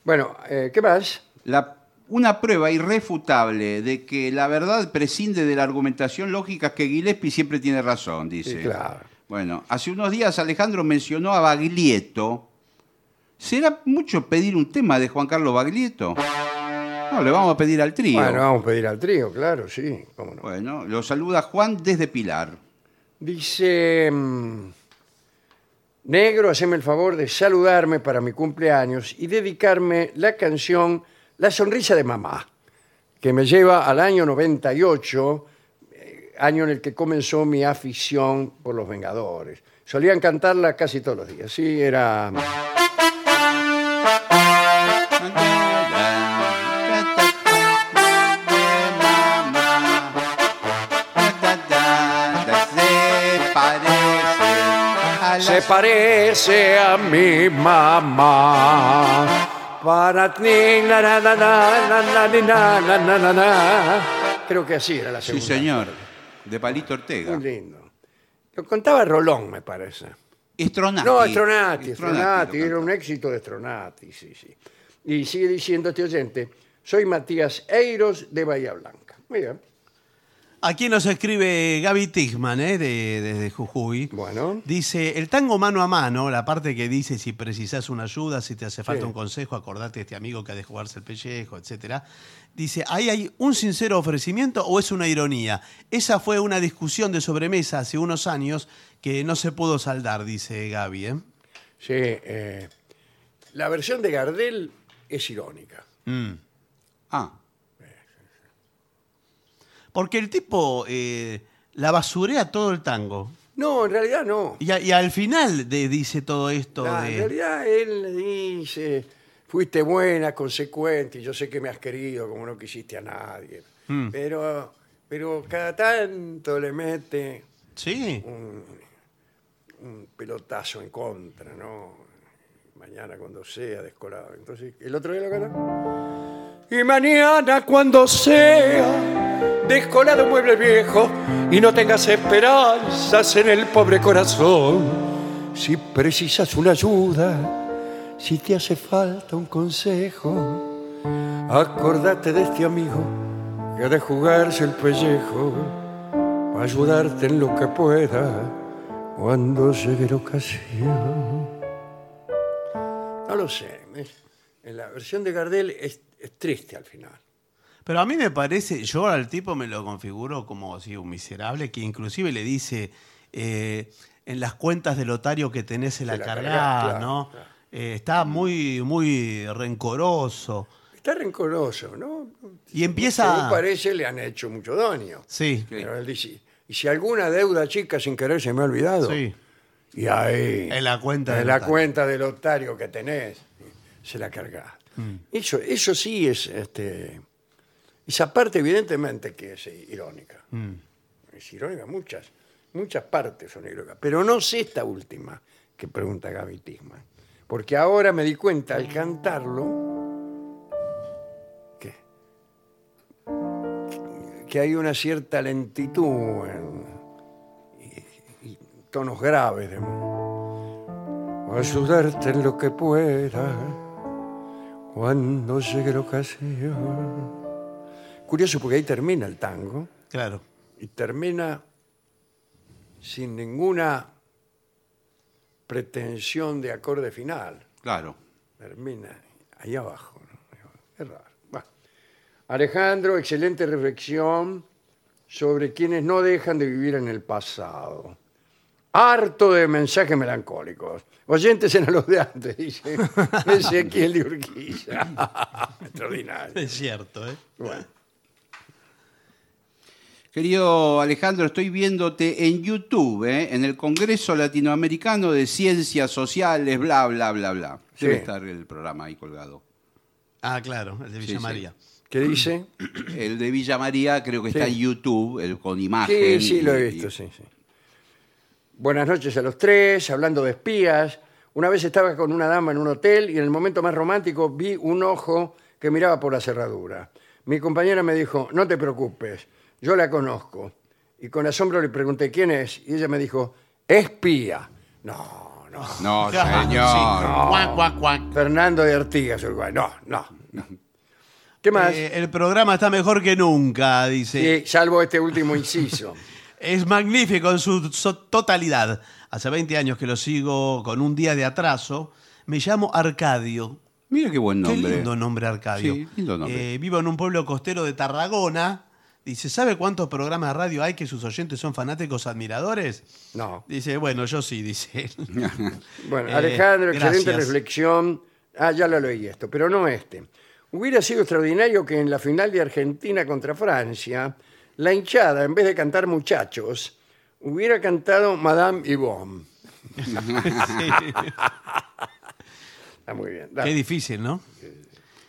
Speaker 1: Bueno, eh, ¿qué más?
Speaker 3: La- una prueba irrefutable de que la verdad prescinde de la argumentación lógica que Gillespie siempre tiene razón, dice.
Speaker 1: Sí, claro.
Speaker 3: Bueno, hace unos días Alejandro mencionó a Baglietto. ¿Será mucho pedir un tema de Juan Carlos Baglietto? No, le vamos a pedir al trío.
Speaker 1: Bueno, vamos a pedir al trío, claro, sí, cómo no.
Speaker 3: Bueno, lo saluda Juan desde Pilar.
Speaker 1: Dice, mm, negro, haceme el favor de saludarme para mi cumpleaños y dedicarme la canción La Sonrisa de Mamá, que me lleva al año 98, eh, año en el que comenzó mi afición por los Vengadores. Solían cantarla casi todos los días, sí, era... Se parece a mi mamá. Para ti, na, na, na, na, na, na, ni, na, na, na, na, na. Creo que así era la
Speaker 3: Sí,
Speaker 1: segunda.
Speaker 3: señor. De Palito Ortega.
Speaker 1: Muy lindo. Lo contaba Rolón, me parece.
Speaker 3: Estronati.
Speaker 1: No, Stronati,
Speaker 3: Estronati
Speaker 1: Stronati,
Speaker 3: lo
Speaker 1: era un
Speaker 3: cantaba.
Speaker 1: éxito de Stronati, sí, sí. Y sigue diciendo este oyente, soy Matías Eiros de Bahía Blanca. Muy bien,
Speaker 2: Aquí nos escribe Gaby Tigman, ¿eh? de- desde Jujuy.
Speaker 1: bueno.
Speaker 2: Dice, el tango mano a mano, la parte que dice si precisas una ayuda, si te hace falta
Speaker 1: Sí.
Speaker 2: un consejo, acordate de este amigo que ha de jugarse el pellejo, etcétera. Dice, ¿ahí hay un sincero ofrecimiento o es una ironía? Esa fue una discusión de sobremesa hace unos años que no se pudo saldar, dice Gaby. ¿eh?
Speaker 1: Sí, eh, la versión de Gardel es irónica.
Speaker 3: Ah,
Speaker 2: Porque el tipo eh, la basurea todo el tango.
Speaker 1: No, en realidad no.
Speaker 2: Y, a- y al final de- dice todo esto
Speaker 1: Nah,
Speaker 2: de...
Speaker 1: En realidad él le dice, fuiste buena, consecuente, y yo sé que me has querido como no quisiste a nadie.
Speaker 2: Mm.
Speaker 1: Pero, pero cada tanto le mete
Speaker 2: Sí.
Speaker 1: un pelotazo en contra, ¿no? Mañana cuando sea, descolado. Entonces, el otro día lo ganó. Y mañana cuando sea, descolado mueble viejo, y no tengas esperanzas en el pobre corazón. Si precisas una ayuda, si te hace falta un consejo, acordate de este amigo que ha de jugarse el pellejo para ayudarte en lo que pueda cuando llegue la ocasión. No lo sé. es- En la versión de Gardel es, es triste al final.
Speaker 2: Pero a mí me parece, yo al tipo me lo configuro como así un miserable que inclusive le dice eh, en las cuentas del lotario que tenés se la,
Speaker 1: la
Speaker 2: cargás,
Speaker 1: cargás, claro,
Speaker 2: ¿no?
Speaker 1: claro. Mm.
Speaker 2: Eh, está muy, muy rencoroso.
Speaker 1: Está rencoroso, ¿no?
Speaker 2: Y empieza-
Speaker 1: Según parece, le han hecho mucho daño.
Speaker 2: Sí,
Speaker 1: Pero él dice, y si alguna deuda chica sin querer se me ha olvidado,
Speaker 2: sí.
Speaker 1: y ahí...
Speaker 2: En la cuenta del
Speaker 1: En la
Speaker 2: otario.
Speaker 1: cuenta del otario que tenés, se la cargás. Eso, eso sí es... Este, esa parte evidentemente que es irónica. Es irónica, muchas. Muchas partes son irónicas. Pero no sé esta última que pregunta Gaby Tisman. Porque ahora me di cuenta al cantarlo que, que hay una cierta lentitud en- y, y tonos graves. De, ayudarte en lo que pueda cuando llegue la ocasión. Curioso porque ahí termina el tango
Speaker 2: Claro.
Speaker 1: y termina sin ninguna pretensión de acorde final.
Speaker 3: Claro.
Speaker 1: Termina ahí abajo. ¿no? Qué raro. Bueno. Alejandro, excelente reflexión sobre quienes no dejan de vivir en el pasado. Harto de mensajes melancólicos. Oyentes en los de antes, dice Ezequiel de Urquiza. Extraordinario.
Speaker 2: Es cierto, ¿eh?
Speaker 1: Bueno,
Speaker 3: Querido Alejandro, estoy viéndote en YouTube, ¿eh? en el Congreso Latinoamericano de Ciencias Sociales, bla, bla, bla, bla. Debe
Speaker 1: Sí.
Speaker 3: estar el programa ahí colgado.
Speaker 2: Ah, claro, el de Villa
Speaker 3: Sí, sí.
Speaker 2: María.
Speaker 1: ¿Qué dice?
Speaker 3: El de Villa María creo que está
Speaker 1: Sí.
Speaker 3: en YouTube, el, con
Speaker 1: Sí,
Speaker 3: imagen.
Speaker 1: sí, lo he
Speaker 3: y-
Speaker 1: visto, sí, sí. Buenas noches a los tres, hablando de espías. Una vez estaba con una dama en un hotel y en el momento más romántico vi un ojo que miraba por la cerradura. Mi compañera me dijo, no te preocupes, yo la conozco. Y con asombro le pregunté, ¿quién es? Y ella me dijo, espía. No, no.
Speaker 3: No,
Speaker 2: Claro, sí.
Speaker 3: señor.
Speaker 2: Cuac, cuac, cuac.
Speaker 1: Fernando de Artigas, Uruguay. No, no, no. ¿Qué más?
Speaker 2: Eh, el programa está mejor que nunca, dice.
Speaker 1: Sí, salvo este último inciso.
Speaker 2: Es magnífico en su so- totalidad. Hace 20 años que lo sigo con un día de atraso. Me llamo Arcadio.
Speaker 3: Mira qué buen nombre.
Speaker 2: Qué lindo nombre, Arcadio.
Speaker 3: Sí, lindo nombre.
Speaker 2: Eh, vivo en un pueblo costero de Tarragona. Dice, ¿sabe cuántos programas de radio hay que sus oyentes son fanáticos admiradores?
Speaker 1: No.
Speaker 2: Dice, bueno, yo sí, dice él.
Speaker 1: Bueno,
Speaker 2: Eh,
Speaker 1: Alejandro, excelente
Speaker 2: gracias.
Speaker 1: reflexión. Ah, ya lo leí esto, pero no este. Hubiera sido extraordinario que en la final de Argentina contra Francia, la hinchada, en vez de cantar muchachos, hubiera cantado Madame Yvonne. Está muy bien.
Speaker 2: Qué
Speaker 1: dale.
Speaker 2: difícil, ¿no?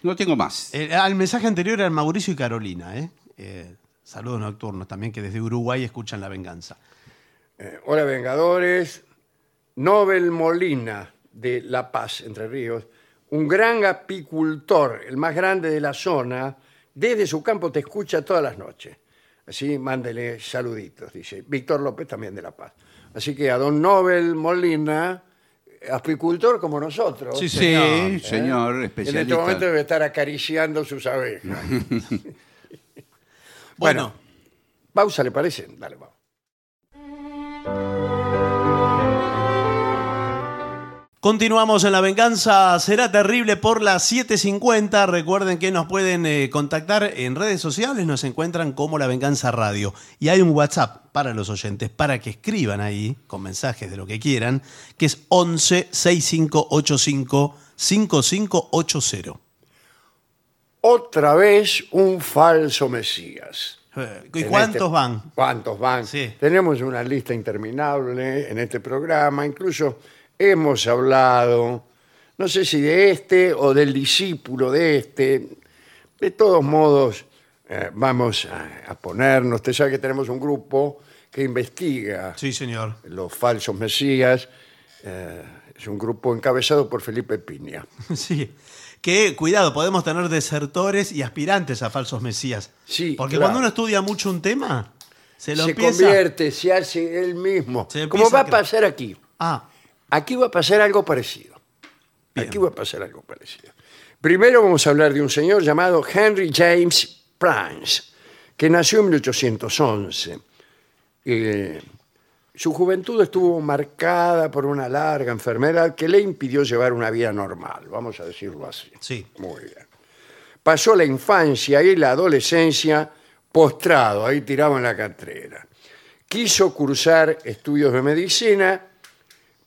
Speaker 3: No tengo más.
Speaker 2: Eh, al mensaje anterior eran Mauricio y Carolina, ¿eh? Eh, Saludos nocturnos también que desde Uruguay escuchan La Venganza.
Speaker 1: Eh, hola, Vengadores. Nobel Molina, de La Paz, Entre Ríos, un gran apicultor, el más grande de la zona, desde su campo te escucha todas las noches. Así mándele saluditos, dice. Víctor López también de La Paz. Así que a don Nobel Molina, apicultor como nosotros.
Speaker 2: Sí,
Speaker 3: Sí,
Speaker 2: señor, ¿eh?
Speaker 3: señor,
Speaker 1: En este
Speaker 3: especialista.
Speaker 1: momento debe estar acariciando sus abejas.
Speaker 2: Bueno,
Speaker 1: Pausa, ¿le parece? Dale, vamos.
Speaker 2: Continuamos en La Venganza Será Terrible por las 7.50. Recuerden que nos pueden eh, contactar en redes sociales, nos encuentran como La Venganza Radio. Y hay un WhatsApp para los oyentes, para que escriban ahí, con mensajes de lo que quieran, que es 11 6585 5580.
Speaker 1: Otra vez un falso Mesías.
Speaker 2: Eh, ¿Y
Speaker 1: En
Speaker 2: cuántos
Speaker 1: este-
Speaker 2: van?
Speaker 1: ¿Cuántos van?
Speaker 2: Sí.
Speaker 1: Tenemos una lista interminable en este programa. Incluso hemos hablado, no sé si de este o del discípulo de este. De todos modos, eh, vamos a, a ponernos. Usted sabe que tenemos un grupo que investiga
Speaker 2: Sí, señor.
Speaker 1: los falsos mesías. Eh, es un grupo encabezado por Felipe Piña.
Speaker 2: Sí. Que, cuidado, podemos tener desertores y aspirantes a falsos mesías.
Speaker 1: Sí,
Speaker 2: Porque
Speaker 1: claro.
Speaker 2: cuando uno estudia mucho un tema, se lo
Speaker 1: se
Speaker 2: empieza...
Speaker 1: convierte, se hace él mismo.
Speaker 2: Se
Speaker 1: Como
Speaker 2: empieza
Speaker 1: va
Speaker 2: a
Speaker 1: a
Speaker 2: creer.
Speaker 1: pasar aquí.
Speaker 2: Ah,
Speaker 1: Aquí va a pasar algo parecido.
Speaker 2: Bien.
Speaker 1: Aquí va a pasar algo parecido. Primero vamos a hablar de un señor llamado Henry James Prince, que nació en 1811. Eh, su juventud estuvo marcada por una larga enfermedad que le impidió llevar una vida normal, vamos a decirlo así.
Speaker 2: sí.
Speaker 1: Muy bien. Pasó la infancia y la adolescencia postrado, ahí tirado en la catrera. Quiso cursar estudios de medicina,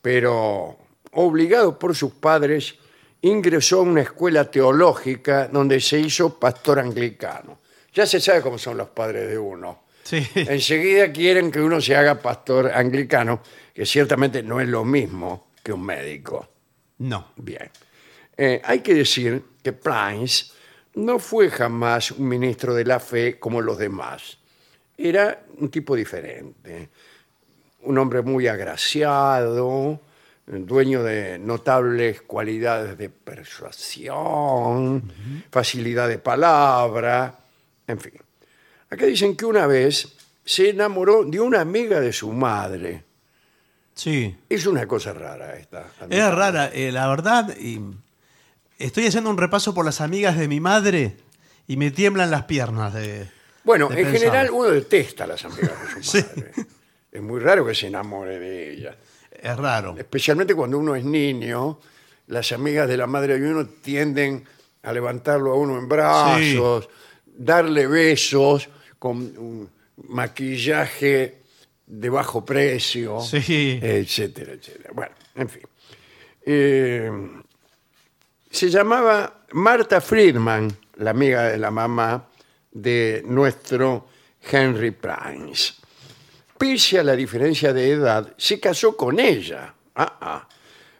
Speaker 1: pero obligado por sus padres, ingresó a una escuela teológica donde se hizo pastor anglicano. Ya se sabe cómo son los padres de uno.
Speaker 2: Sí.
Speaker 1: Enseguida quieren que uno se haga pastor anglicano, que ciertamente no es lo mismo que un médico.
Speaker 2: No.
Speaker 1: Bien. Eh, hay que decir que Prince no fue jamás un ministro de la fe como los demás. Era un tipo diferente. Un hombre muy agraciado, dueño de notables cualidades de persuasión, facilidad de palabra, en fin. Acá dicen que una vez se enamoró de una amiga de su madre
Speaker 2: Sí.
Speaker 1: Es una cosa rara esta.
Speaker 2: Es rara, eh, la verdad. y estoy haciendo un repaso por las amigas de mi madre y me tiemblan las piernas de.
Speaker 1: Bueno,
Speaker 2: de
Speaker 1: en
Speaker 2: pensar.
Speaker 1: general uno detesta a las amigas de su
Speaker 2: Sí.
Speaker 1: madre. Es muy raro que se enamore de ellas.
Speaker 2: Es raro.
Speaker 1: Especialmente cuando uno es niño, las amigas de la madre de uno tienden a levantarlo a uno en brazos, darle besos con un maquillaje de bajo precio,
Speaker 2: Sí.
Speaker 1: Eh. etcétera, etcétera. Bueno, en fin. Eh, se llamaba Marta Friedman, la amiga de la mamá de nuestro Henry Prince. Pese a la diferencia de edad, se casó con ella, Ah, ah.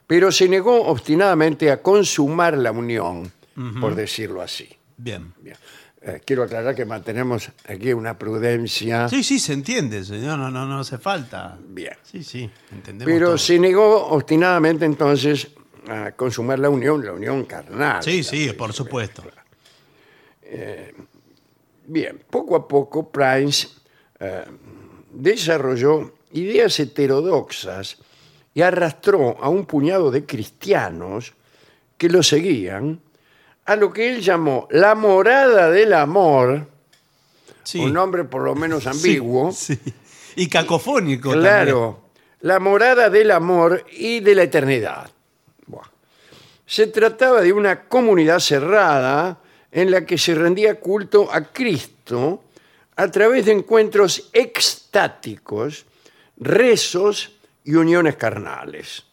Speaker 1: pero se negó obstinadamente a consumar la unión, por decirlo así.
Speaker 2: Bien.
Speaker 1: Bien. Eh, quiero aclarar que mantenemos aquí una prudencia,
Speaker 2: Sí, sí, se entiende. señor, No, no, no hace falta.
Speaker 1: Bien.
Speaker 2: Sí, sí, entendemos.
Speaker 1: pero
Speaker 2: todo.
Speaker 1: se negó obstinadamente entonces a consumar la unión, la unión carnal.
Speaker 2: Sí, sí,
Speaker 1: digamos.
Speaker 2: por supuesto.
Speaker 1: Bien, poco a poco Price eh, desarrolló ideas heterodoxas y arrastró a un puñado de cristianos que lo seguían a lo que él llamó la morada del amor,
Speaker 2: Sí.
Speaker 1: un nombre por lo menos
Speaker 2: Sí,
Speaker 1: ambiguo.
Speaker 2: Sí, Y cacofónico. también.
Speaker 1: Claro, la morada del amor y de la eternidad. Buah. Se trataba de una comunidad cerrada en la que se rendía culto a Cristo a través de encuentros extáticos, rezos y uniones carnales.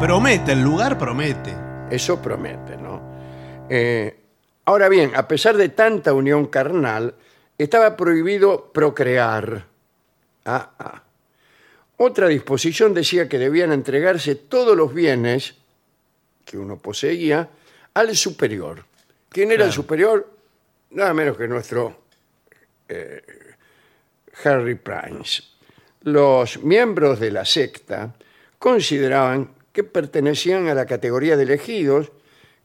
Speaker 2: Promete, el lugar promete.
Speaker 1: Eso promete, ¿no? Eh, ahora bien, a pesar de tanta unión carnal, estaba prohibido procrear. Ah, ah. Otra disposición decía que debían entregarse todos los bienes que uno poseía al superior. ¿Quién era el
Speaker 2: Claro.
Speaker 1: superior? Nada menos que nuestro eh, Harry Prince. Los miembros de la secta consideraban que pertenecían a la categoría de elegidos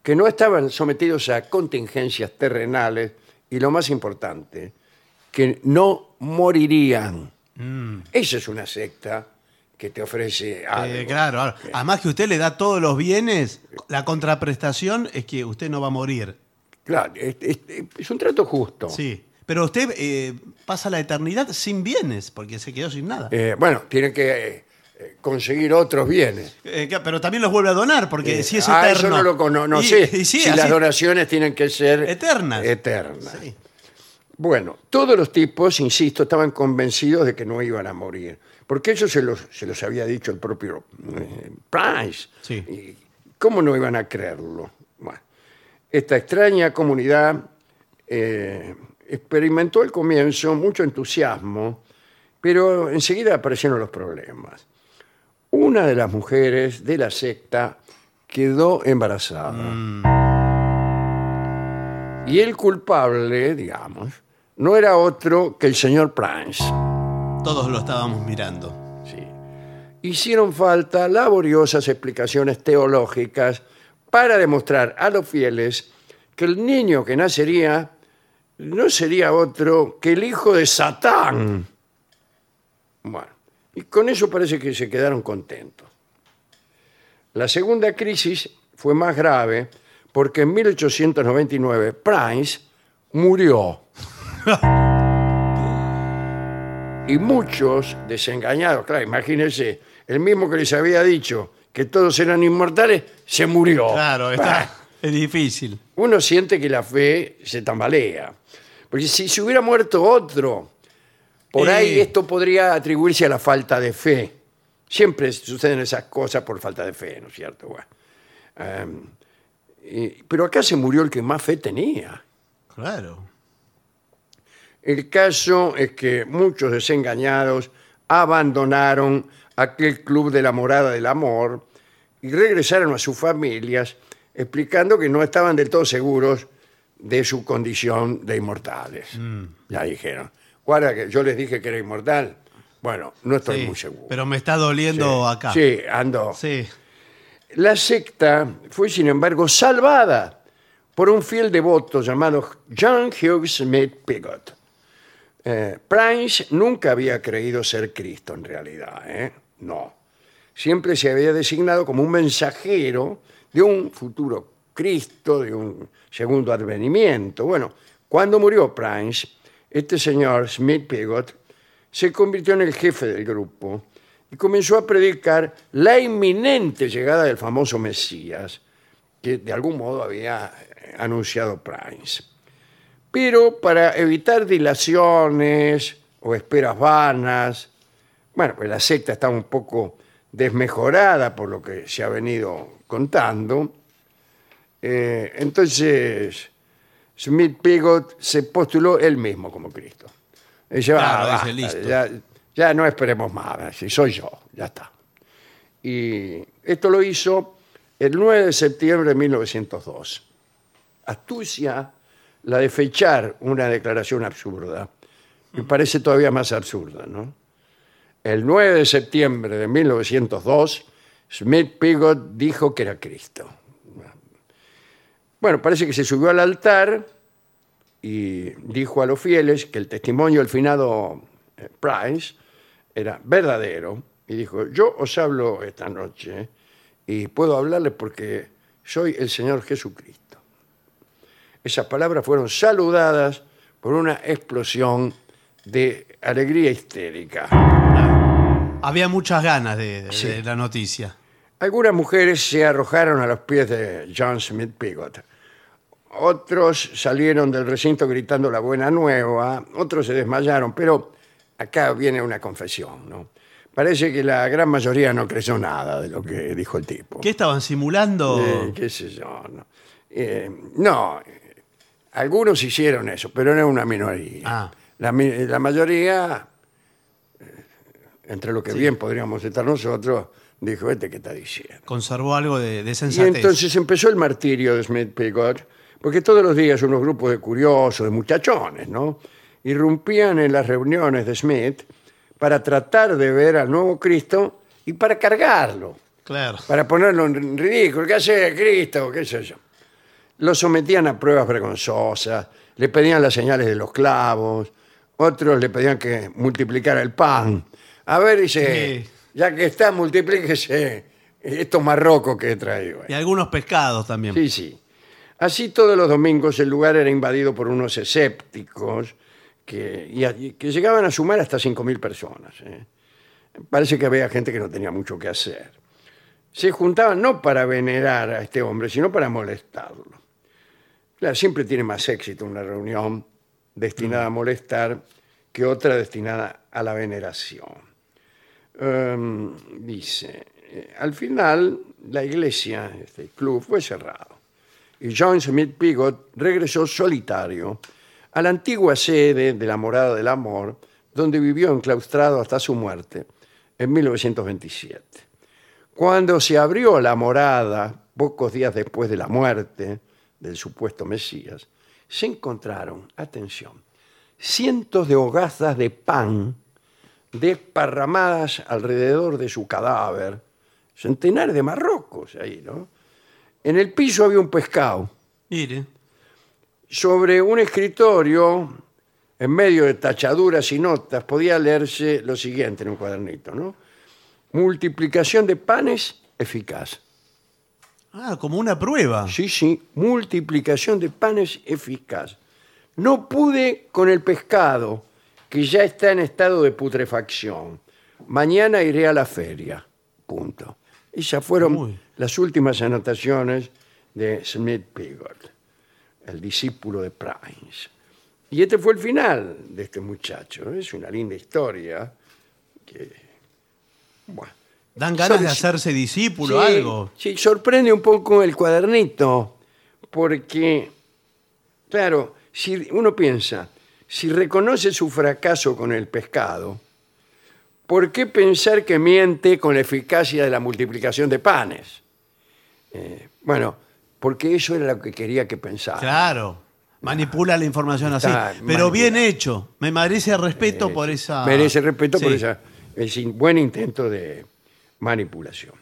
Speaker 1: que no estaban sometidos a contingencias terrenales y lo más importante, que no morirían. Esa es una secta que te ofrece algo.
Speaker 2: Mm, Eh, claro, ahora, además que usted le da todos los bienes, la contraprestación es que usted no va a morir.
Speaker 1: Claro, es, es- es un trato justo.
Speaker 2: Sí. Pero usted eh, pasa la eternidad sin bienes, porque se quedó sin nada.
Speaker 1: Eh, bueno, tiene que eh, eh, conseguir otros bienes.
Speaker 2: Eh, claro, pero también los vuelve a donar, porque
Speaker 1: Eh,
Speaker 2: si es
Speaker 1: ah,
Speaker 2: eterno.
Speaker 1: eso no lo cono- no
Speaker 2: Y-
Speaker 1: sé.
Speaker 2: y sí,
Speaker 1: si
Speaker 2: así-
Speaker 1: las donaciones tienen que ser
Speaker 2: Eternas.
Speaker 1: eternas.
Speaker 2: Sí.
Speaker 1: Bueno, todos los tipos, insisto, estaban convencidos de que no iban a morir. Porque eso se los, se los había dicho el propio eh, Price.
Speaker 2: Sí.
Speaker 1: Y ¿Cómo no iban a creerlo? Bueno, esta extraña comunidad eh, experimentó al comienzo mucho entusiasmo, pero enseguida aparecieron los problemas. Una de las mujeres de la secta quedó embarazada. Y el culpable, digamos, no era otro que el señor Prince.
Speaker 2: Todos lo estábamos mirando.
Speaker 1: Sí. Hicieron falta laboriosas explicaciones teológicas para demostrar a los fieles que el niño que nacería no sería otro que el hijo de
Speaker 2: Mm.
Speaker 1: Satán. Bueno, y con eso parece que se quedaron contentos. La segunda crisis fue más grave porque en 1899 Price murió. y muchos desengañados, claro, imagínense, el mismo que les había dicho que todos eran inmortales, se murió.
Speaker 2: Claro,
Speaker 1: Bah
Speaker 2: está, es difícil.
Speaker 1: uno siente que la fe se tambalea. Porque si se hubiera muerto otro, por
Speaker 2: Eh.
Speaker 1: ahí esto podría atribuirse a la falta de fe. Siempre suceden esas cosas por falta de fe, ¿no es cierto? Bueno. Em, y- pero acá se murió el que más fe tenía.
Speaker 2: Claro.
Speaker 1: El caso es que muchos desengañados abandonaron aquel club de la morada del amor y regresaron a sus familias explicando que no estaban del todo seguros de su condición de inmortales.
Speaker 2: Mm.
Speaker 1: Ya dijeron, guarda que yo les dije que era inmortal. Bueno, no estoy
Speaker 2: Sí,
Speaker 1: muy seguro.
Speaker 2: Pero me está doliendo
Speaker 1: Sí,
Speaker 2: acá.
Speaker 1: Sí, ando.
Speaker 2: Sí.
Speaker 1: La secta fue, sin embargo, salvada por un fiel devoto llamado John Hughes Smith Pigott, Eh, Price nunca había creído ser Cristo en realidad, ¿eh? no. Siempre se había designado como un mensajero de un futuro Cristo, de un segundo advenimiento. Bueno, cuando murió Price, este señor Smith Pigott se convirtió en el jefe del grupo y comenzó a predicar la inminente llegada del famoso Mesías, que de algún modo había eh, anunciado Price. Pero para evitar dilaciones o esperas vanas, bueno, pues la secta está un poco desmejorada por lo que se ha venido contando. Eh, entonces, Smith Pigott se postuló él mismo como Cristo. Y dice,
Speaker 2: Claro,
Speaker 1: "Ah,
Speaker 2: dice,
Speaker 1: basta,
Speaker 2: listo".
Speaker 1: Ya, ya no esperemos más, si soy yo, ya está. Y esto lo hizo el 9 de septiembre de 1902 astucia la de fechar una declaración absurda.
Speaker 2: Mm.
Speaker 1: Me parece todavía más absurda, ¿no? El 9 de septiembre de 1902, Smith Pigott dijo que era Cristo. Bueno, parece que se subió al altar y dijo a los fieles que el testimonio del finado eh, Price era verdadero y dijo, yo os hablo esta noche y puedo hablarles porque soy el Señor Jesucristo. Esas palabras fueron saludadas por una explosión de alegría histérica.
Speaker 2: Había muchas ganas de, de-
Speaker 1: Sí.
Speaker 2: de la noticia.
Speaker 1: Algunas mujeres se arrojaron a los pies de John Smith Pigott. Otros salieron del recinto gritando la buena nueva, otros se desmayaron, pero acá viene una confesión, ¿no? Parece que la gran mayoría no creyó nada de lo que dijo el tipo.
Speaker 2: ¿Qué estaban simulando?
Speaker 1: Eh, qué sé yo, no. Eh, no, eh, algunos hicieron eso, pero era una minoría.
Speaker 2: Ah.
Speaker 1: La, mi- la mayoría, eh, entre lo que bien podríamos estar nosotros, dijo, este que está diciendo.
Speaker 2: Conservó algo de, de
Speaker 1: Y
Speaker 2: sensatez.
Speaker 1: entonces empezó el martirio de Smith Pigott, porque todos los días unos grupos de curiosos, de muchachones, ¿no? Irrumpían en las reuniones de Smith para tratar de ver al nuevo Cristo y para cargarlo
Speaker 2: claro.
Speaker 1: para ponerlo en ridículo. ¿Qué hace Cristo? ¿Qué sé yo? Lo sometían a pruebas vergonzosas, le pedían las señales de los clavos, otros le pedían que multiplicara el pan. A ver, dice,
Speaker 2: Sí.
Speaker 1: ya que está, multiplíquese estos marrocos que he traído.
Speaker 2: Y algunos pescados también.
Speaker 1: Sí, sí. Así todos los domingos el lugar era invadido por unos escépticos que, y a- y que llegaban a sumar hasta 5.000 personas. ¿eh? Parece que había gente que no tenía mucho que hacer. Se juntaban no para venerar a este hombre, sino para molestarlo. Claro, siempre tiene más éxito una reunión destinada a molestar que otra destinada a la veneración. Em, dice, eh, al final la iglesia, este club, fue cerrado y John Smith Pigott regresó solitario a la antigua sede de la Morada del Amor, donde vivió enclaustrado hasta su muerte en 1927. Cuando se abrió la morada, pocos días después de la muerte del supuesto Mesías, se encontraron, atención, cientos de hogazas de pan desparramadas alrededor de su cadáver, centenares de marrocos ahí, ¿no? En el piso había un pescado.
Speaker 2: Mire.
Speaker 1: Sobre un escritorio, en medio de tachaduras y notas, podía leerse lo siguiente en un cuadernito, ¿no? Multiplicación de panes eficaz.
Speaker 2: Ah, como una prueba.
Speaker 1: Sí, sí, multiplicación de panes eficaz. No pude con el pescado, que ya está en estado de putrefacción. Mañana iré a la feria. Punto. Esas fueron
Speaker 2: Uy.
Speaker 1: las últimas anotaciones de Smith Pigott, el discípulo de Price. Y este fue el final de este muchacho. Es una linda historia. Que... Bueno.
Speaker 2: Dan ganas
Speaker 1: Son-
Speaker 2: de hacerse discípulo,
Speaker 1: Sí,
Speaker 2: algo.
Speaker 1: Sí, sorprende un poco el cuadernito, porque, claro, si uno piensa, si reconoce su fracaso con el pescado, ¿por qué pensar que miente con la eficacia de la multiplicación de panes? Eh, bueno, porque eso era lo que quería que pensara.
Speaker 2: Claro. Manipula la información así.
Speaker 1: Está
Speaker 2: Pero bien
Speaker 1: manipulado.
Speaker 2: hecho. Me merece respeto por esa.
Speaker 1: Merece respeto por
Speaker 2: Sí.
Speaker 1: esa, ese buen intento de manipulación.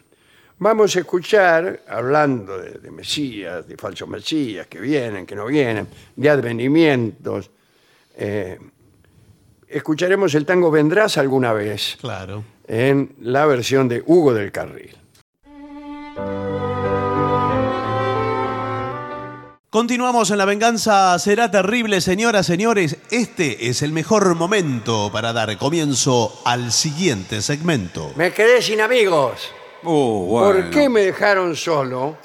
Speaker 1: Vamos a escuchar, hablando de, de mesías, de falsos mesías que vienen, que no vienen, de advenimientos, eh, escucharemos el tango Vendrás alguna vez
Speaker 2: Claro.
Speaker 1: en la versión de Hugo del Carril.
Speaker 2: Continuamos en La Venganza Será Terrible, señoras, señores. Este es el mejor momento para dar comienzo al siguiente segmento.
Speaker 1: Me quedé sin amigos.
Speaker 3: Uh,
Speaker 1: ¿Por
Speaker 3: bueno.
Speaker 1: qué me dejaron solo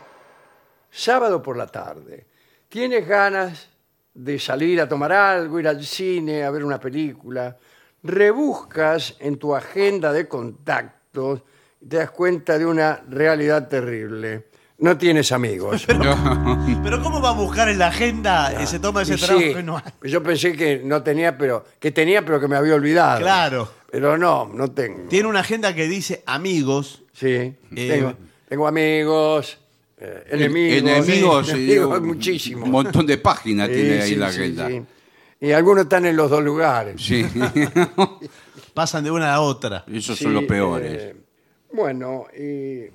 Speaker 1: sábado por la tarde? ¿Tienes ganas de salir a tomar algo, ir al cine, a ver una película? Rebuscas en tu agenda de contactos y te das cuenta de una realidad terrible. No tienes amigos.
Speaker 2: Pero ¿cómo va a buscar en la agenda eh, se toma ese
Speaker 1: Ah, Y
Speaker 2: trabajo
Speaker 1: sí,
Speaker 2: y no hay?
Speaker 1: Yo pensé que no tenía, pero que tenía, pero que me había olvidado.
Speaker 2: Claro.
Speaker 1: Pero no, no tengo.
Speaker 2: Tiene una agenda que dice amigos.
Speaker 1: Sí,
Speaker 2: Eh,
Speaker 1: tengo, tengo amigos, eh, enemigos.
Speaker 3: Enemigos,
Speaker 1: sí,
Speaker 3: sí,
Speaker 1: enemigos,
Speaker 3: un-
Speaker 1: muchísimos.
Speaker 3: Un montón de páginas
Speaker 1: Sí,
Speaker 3: tiene ahí
Speaker 1: sí,
Speaker 3: la
Speaker 1: sí,
Speaker 3: agenda.
Speaker 1: sí. Y algunos están en los dos lugares.
Speaker 3: Sí,
Speaker 2: Pasan de una a otra.
Speaker 3: esos
Speaker 1: Sí,
Speaker 3: son los peores.
Speaker 1: eh, bueno, y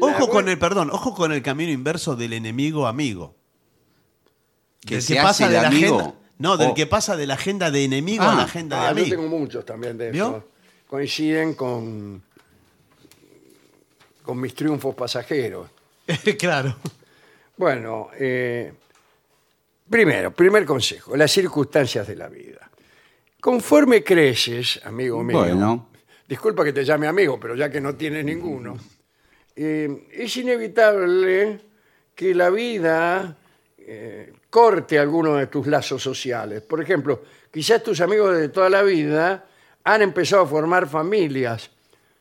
Speaker 2: Ojo con el, perdón, ojo con el camino inverso del enemigo amigo.
Speaker 3: Que
Speaker 2: Del
Speaker 3: se hace el
Speaker 2: la
Speaker 3: amigo.
Speaker 2: agenda. No, del
Speaker 3: Oh.
Speaker 2: que pasa de la agenda de enemigo a
Speaker 3: Ah.
Speaker 2: la agenda de
Speaker 1: ah, yo
Speaker 2: amigo.
Speaker 1: tengo muchos también de
Speaker 2: ¿Vio?
Speaker 1: esos. Coinciden con, con mis triunfos pasajeros.
Speaker 2: claro.
Speaker 1: Bueno, eh, primero, primer consejo, las circunstancias de la vida. Conforme creces, amigo mío,
Speaker 3: Bueno.
Speaker 1: disculpa que te llame amigo, pero ya que no tienes ninguno, eh, es inevitable que la vida eh, corte algunos de tus lazos sociales. Por ejemplo, quizás tus amigos de toda la vida han empezado a formar familias.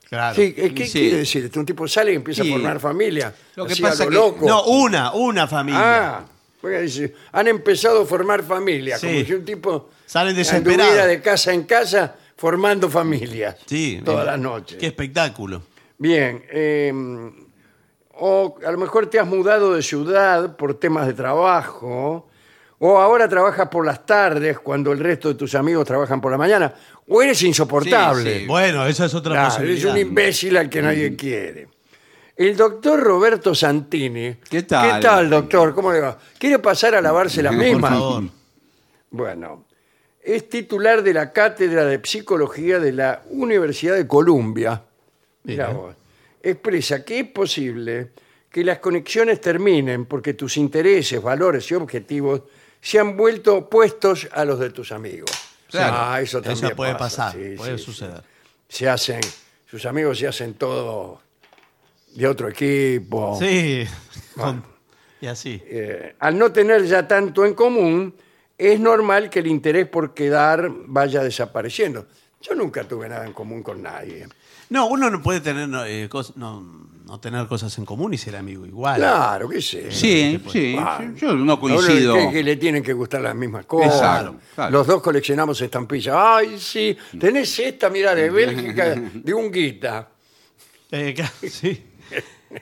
Speaker 2: Claro.
Speaker 1: Sí, eh, ¿Qué
Speaker 3: Sí.
Speaker 1: quiere decir? esto? Un tipo sale y empieza
Speaker 3: Sí.
Speaker 1: a formar familia.
Speaker 3: Lo que
Speaker 1: así a
Speaker 3: pasa
Speaker 1: lo
Speaker 3: que-
Speaker 1: loco.
Speaker 2: No, una, una familia.
Speaker 1: Ah, porque dice, han empezado a formar familia,
Speaker 2: Sí.
Speaker 1: como si un tipo
Speaker 2: Salen desesperados.
Speaker 1: anduviera de casa en casa formando familias
Speaker 2: sí.
Speaker 1: todas
Speaker 2: eh,
Speaker 1: las noches.
Speaker 2: Qué espectáculo.
Speaker 1: Bien, eh, o a lo mejor te has mudado de ciudad por temas de trabajo, o ahora trabajas por las tardes cuando el resto de tus amigos trabajan por la mañana, o eres insoportable.
Speaker 3: Sí.
Speaker 2: Bueno, esa es otra
Speaker 1: Claro, es
Speaker 2: posibilidad. Mm.
Speaker 1: un imbécil al que nadie quiere. El doctor Roberto Santini.
Speaker 3: ¿Qué tal?
Speaker 1: ¿Qué tal, doctor? ¿Cómo le va? ¿Quiere pasar a lavarse las
Speaker 2: Por
Speaker 1: mismas?
Speaker 2: favor.
Speaker 1: Bueno, es titular de la Cátedra de Psicología de la Universidad de Columbia. Mirá
Speaker 2: Mira.
Speaker 1: vos. Expresa que es posible que las conexiones terminen porque tus intereses, valores y objetivos se han vuelto opuestos a los de tus amigos.
Speaker 3: Claro,
Speaker 1: Ah, eso también
Speaker 2: Eso puede
Speaker 1: pasa,
Speaker 2: pasar,
Speaker 1: sí,
Speaker 2: puede
Speaker 1: sí, sí
Speaker 2: suceder.
Speaker 1: se hacen, sus amigos se hacen todo de otro equipo.
Speaker 2: Sí. Con- y así.
Speaker 1: Eh, al no tener ya tanto en común, es normal que el interés por quedar vaya desapareciendo. Yo nunca tuve nada en común con nadie.
Speaker 2: No, uno no puede tener no, eh, cos- no, no tener cosas en común y ser amigo igual.
Speaker 1: Claro, qué sé.
Speaker 3: Sí, sí,
Speaker 1: Ah,
Speaker 3: sí, yo no
Speaker 1: a uno le
Speaker 3: coincido.
Speaker 1: cree que le tienen que gustar las mismas cosas.
Speaker 3: Exacto, claro.
Speaker 1: Los dos coleccionamos estampillas. Ay, sí, tenés esta, mira, de Bélgica, de un guita.
Speaker 2: Eh, claro, sí.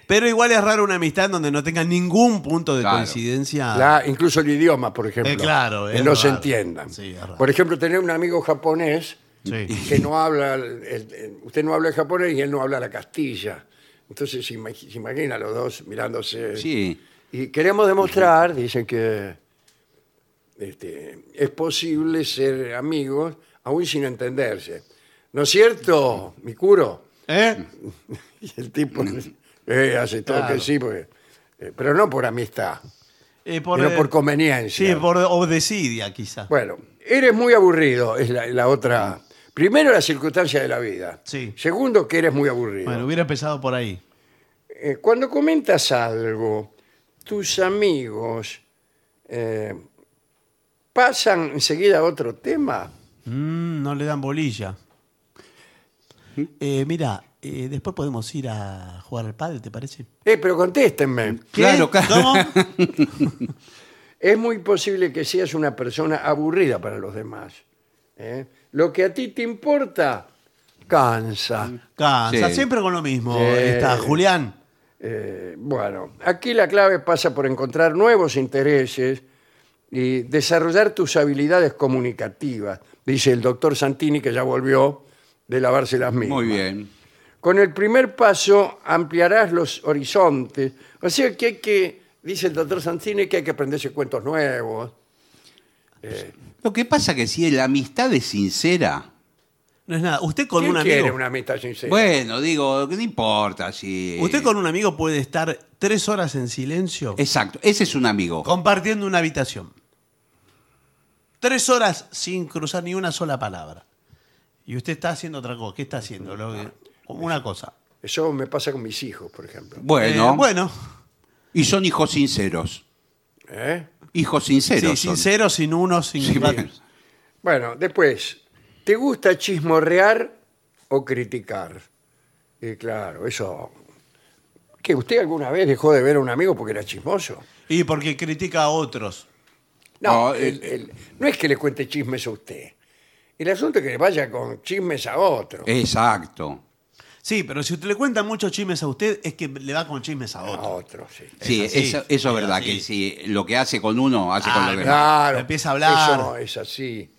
Speaker 2: Pero igual es raro una amistad donde no tenga ningún punto de
Speaker 3: Claro.
Speaker 2: coincidencia.
Speaker 3: Ah.
Speaker 1: La- incluso el idioma, por ejemplo.
Speaker 2: Eh, claro,
Speaker 1: que
Speaker 2: es
Speaker 1: no se
Speaker 2: raro.
Speaker 1: entiendan.
Speaker 2: Sí, es raro.
Speaker 1: por ejemplo, tener un amigo japonés
Speaker 2: Sí.
Speaker 1: que no habla, el- el- usted no habla el japonés y él no habla la castilla. Entonces se imag- se imagina los dos mirándose.
Speaker 3: Sí.
Speaker 1: Y queremos demostrar, dicen que este, es posible ser amigos aún sin entenderse. ¿No es cierto, mi curo?
Speaker 2: ¿Eh?
Speaker 1: Y el tipo eh, hace todo
Speaker 2: Mm. Claro.
Speaker 1: que sí, porque- eh, pero no por amistad,
Speaker 2: Eh, por,
Speaker 1: sino
Speaker 2: eh,
Speaker 1: por conveniencia.
Speaker 2: Sí, por obdesidia quizá.
Speaker 1: Bueno, eres muy aburrido, es la, la otra. Primero, la circunstancia de la vida.
Speaker 2: Sí.
Speaker 1: Segundo, que eres muy aburrido.
Speaker 2: Bueno, hubiera empezado por ahí.
Speaker 1: Eh, cuando comentas algo, tus amigos eh, pasan enseguida a otro tema.
Speaker 2: Mm, no le dan bolilla. Eh, mira, eh, después podemos ir a jugar al padre, ¿te parece?
Speaker 1: Eh, pero contéstenme.
Speaker 3: Claro, claro.
Speaker 2: ¿Cómo?
Speaker 1: Es muy posible que seas una persona aburrida para los demás. ¿eh? Lo que a ti te importa, cansa.
Speaker 2: Mm. Cansa,
Speaker 3: Sí.
Speaker 2: siempre con lo mismo.
Speaker 1: Sí.
Speaker 2: Está Julián.
Speaker 1: Eh, bueno, aquí la clave pasa por encontrar nuevos intereses y desarrollar tus habilidades comunicativas, dice el doctor Santini, que ya volvió de lavarse las mismas.
Speaker 3: Muy bien.
Speaker 1: Con el primer paso ampliarás los horizontes. O sea que hay que, dice el doctor Santini, que hay que aprenderse cuentos nuevos, Eh,
Speaker 3: Lo que pasa que si la amistad es sincera,
Speaker 2: No es nada. Usted con
Speaker 1: ¿Quién
Speaker 2: un
Speaker 1: quiere
Speaker 2: amigo.
Speaker 1: una amistad sincera?
Speaker 3: bueno, digo, no importa si...
Speaker 2: Usted con un amigo puede estar tres horas en silencio
Speaker 3: Exacto, ese es un amigo.
Speaker 2: compartiendo una habitación. Tres horas sin cruzar ni una sola palabra. Y usted está haciendo otra cosa. ¿Qué está haciendo? Lo que- como una cosa.
Speaker 1: Eso me pasa con mis hijos, por ejemplo.
Speaker 3: Bueno,
Speaker 2: Eh, bueno.
Speaker 3: y son hijos sinceros.
Speaker 1: ¿Eh?
Speaker 3: Hijos sinceros.
Speaker 2: Sí,
Speaker 3: son.
Speaker 2: sincero, sin uno, sin
Speaker 3: Sí,
Speaker 2: cuatro.
Speaker 3: bien.
Speaker 1: Bueno, después, ¿te gusta chismorrear o criticar? Y claro, eso... ¿Que usted alguna vez dejó de ver a un amigo porque era chismoso?
Speaker 2: Y porque critica a otros.
Speaker 1: No,
Speaker 3: No,
Speaker 1: el- el- no es que le cuente chismes a usted. El asunto es que vaya con chismes a otro.
Speaker 3: Exacto.
Speaker 2: Sí, pero si usted le cuenta muchos chismes a usted, es que le va con chismes a
Speaker 1: A
Speaker 2: otro.
Speaker 1: otro, sí.
Speaker 3: Sí,
Speaker 2: así,
Speaker 3: eso, eso es
Speaker 2: es
Speaker 3: verdad,
Speaker 2: así.
Speaker 3: que si lo que hace con uno, hace con
Speaker 2: Ah,
Speaker 3: los demás.
Speaker 1: Claro.
Speaker 2: Empieza a hablar.
Speaker 1: Eso es así.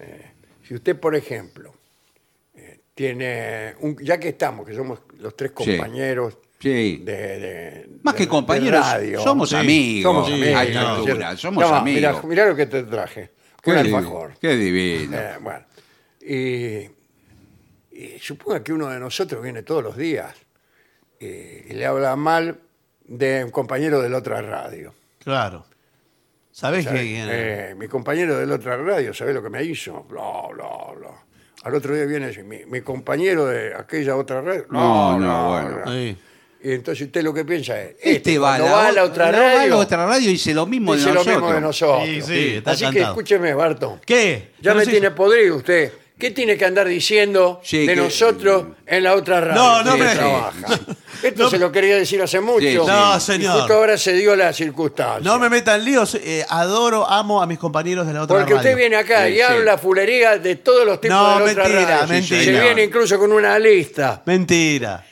Speaker 1: Eh, si usted, por ejemplo, eh, tiene. un- ya que estamos, que somos los tres
Speaker 3: Sí.
Speaker 1: compañeros.
Speaker 3: Sí.
Speaker 1: De, de-
Speaker 3: Más
Speaker 1: de-
Speaker 3: que
Speaker 1: de
Speaker 3: compañeros,
Speaker 1: radio.
Speaker 3: somos
Speaker 2: Sí,
Speaker 3: amigos.
Speaker 1: Somos
Speaker 2: Sí,
Speaker 1: amigos.
Speaker 3: a
Speaker 2: hay
Speaker 3: esta
Speaker 1: ¿no?
Speaker 2: claro.
Speaker 3: altura, somos
Speaker 1: Toma,
Speaker 3: amigos.
Speaker 1: Mirá, mirá lo que te traje.
Speaker 3: qué,
Speaker 1: Un
Speaker 3: divi-
Speaker 1: alfajor.
Speaker 3: qué divino.
Speaker 1: Eh, bueno. Y, y suponga que uno de nosotros viene todos los días eh, y le habla mal de un compañero de la otra radio.
Speaker 2: Claro. ¿Sabés
Speaker 1: ¿Sabe?
Speaker 2: que
Speaker 1: Eh, mi compañero de la otra radio, ¿sabés lo que me hizo? Bla, bla, bla. Al otro día viene y dice, mi, mi compañero de aquella otra radio. No,
Speaker 3: No,
Speaker 1: no,
Speaker 3: no,
Speaker 1: bla".
Speaker 3: bueno.
Speaker 2: Sí.
Speaker 1: Y entonces usted lo que piensa es,
Speaker 3: Este, va, a
Speaker 1: cuando
Speaker 3: la,
Speaker 1: va a la
Speaker 3: o-
Speaker 1: otra
Speaker 3: no
Speaker 1: radio,
Speaker 3: va a la otra radio y dice lo mismo
Speaker 1: dice
Speaker 3: de
Speaker 1: lo
Speaker 3: nosotros.
Speaker 1: mismo de nosotros.
Speaker 2: Sí, sí, está
Speaker 1: Así que
Speaker 2: encantado.
Speaker 1: escúcheme, Barton.
Speaker 2: ¿Qué?
Speaker 1: Ya
Speaker 2: Pero
Speaker 1: me
Speaker 2: sí-
Speaker 1: tiene podrido usted. ¿Qué tiene que andar diciendo
Speaker 3: Sí,
Speaker 1: de
Speaker 3: que-
Speaker 1: nosotros en la otra radio?
Speaker 2: No, no,
Speaker 1: que
Speaker 2: pero-
Speaker 1: trabaja? Esto se lo quería decir hace mucho.
Speaker 3: Sí, sí.
Speaker 2: No,
Speaker 1: Y
Speaker 2: señor.
Speaker 1: justo ahora se dio la circunstancia.
Speaker 2: No me metan líos. eh, adoro, amo a mis compañeros de la otra
Speaker 1: Porque
Speaker 2: radio.
Speaker 1: usted viene acá y
Speaker 3: Sí, sí.
Speaker 1: habla fulería de todos los tipos
Speaker 2: No,
Speaker 1: de la otra
Speaker 2: mentira,
Speaker 1: radio.
Speaker 2: mentira.
Speaker 1: Se viene incluso con una lista.
Speaker 2: Mentira.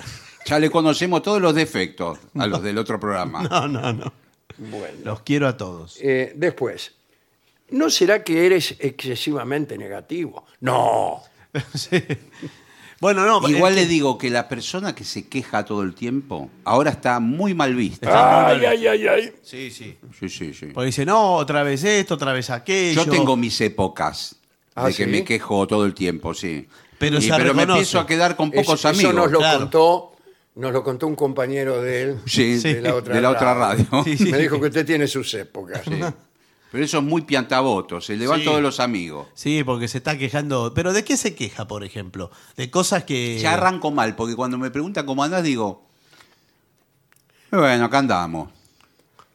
Speaker 3: Ya le conocemos todos los defectos a los del otro programa.
Speaker 2: No, no, no.
Speaker 1: Bueno.
Speaker 2: Los quiero a todos.
Speaker 1: Eh, después, ¿no será que eres excesivamente negativo? No.
Speaker 2: Sí. Bueno, no.
Speaker 3: Igual
Speaker 1: este-
Speaker 2: eh,
Speaker 3: le digo que la persona que se queja todo el tiempo, ahora está muy mal vista.
Speaker 1: Ay, ay, ay, ay.
Speaker 2: Sí, sí.
Speaker 3: Sí, sí, sí.
Speaker 2: Porque dice, no, otra vez esto, otra vez aquello.
Speaker 3: Yo tengo mis épocas
Speaker 1: Ah,
Speaker 3: de que
Speaker 1: ¿sí?
Speaker 3: me quejo todo el tiempo, sí.
Speaker 2: Pero se
Speaker 3: pero me
Speaker 2: reconoce.
Speaker 3: empiezo a quedar con pocos
Speaker 1: eso, Eso
Speaker 3: amigos.
Speaker 1: nos lo
Speaker 2: claro.
Speaker 1: contó, nos lo contó un compañero de él.
Speaker 3: Sí,
Speaker 2: Sí.
Speaker 3: de la otra radio.
Speaker 2: Sí, sí.
Speaker 1: Me dijo que usted tiene sus épocas.
Speaker 3: Pero eso es muy piantaboto, se le van
Speaker 2: Sí.
Speaker 3: todos los amigos.
Speaker 2: Sí, porque se está quejando. ¿Pero de qué se queja, por ejemplo? De cosas que...
Speaker 1: Eh,
Speaker 3: Ya arranco mal, porque cuando me preguntan cómo andás, digo, bueno, acá andamos.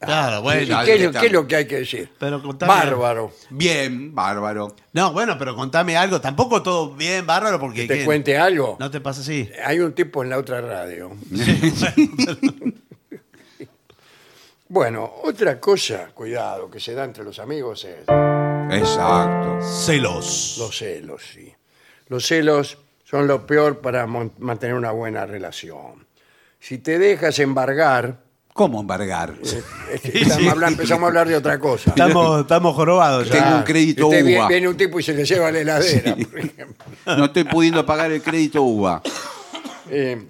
Speaker 3: Ah,
Speaker 2: Claro,
Speaker 1: ¿Y
Speaker 2: bueno.
Speaker 1: qué, es lo- qué es lo que hay que decir?
Speaker 2: Pero contame-
Speaker 1: Bárbaro.
Speaker 3: Bien, bárbaro.
Speaker 2: No, bueno, pero contame algo. Tampoco todo bien, bárbaro,
Speaker 1: Que
Speaker 2: porque...
Speaker 1: te
Speaker 2: ¿qué?
Speaker 1: cuente algo.
Speaker 2: No te pasa así.
Speaker 1: Hay un tipo en la otra radio. Bueno, otra cosa, cuidado, que se da entre los amigos es
Speaker 3: Exacto.
Speaker 2: Celos.
Speaker 1: los celos, sí. Los celos son lo peor para mon- mantener una buena relación. Si te dejas embargar,
Speaker 3: ¿Cómo embargar?
Speaker 1: es que estamos habla- empezamos a hablar de otra cosa.
Speaker 2: Estamos, estamos jorobados. ya.
Speaker 3: Tengo un crédito
Speaker 1: Usted vie-
Speaker 3: uva.
Speaker 1: Viene un tipo y se le lleva la heladera, por ejemplo.
Speaker 3: No estoy pudiendo pagar el crédito UBA.
Speaker 1: eh,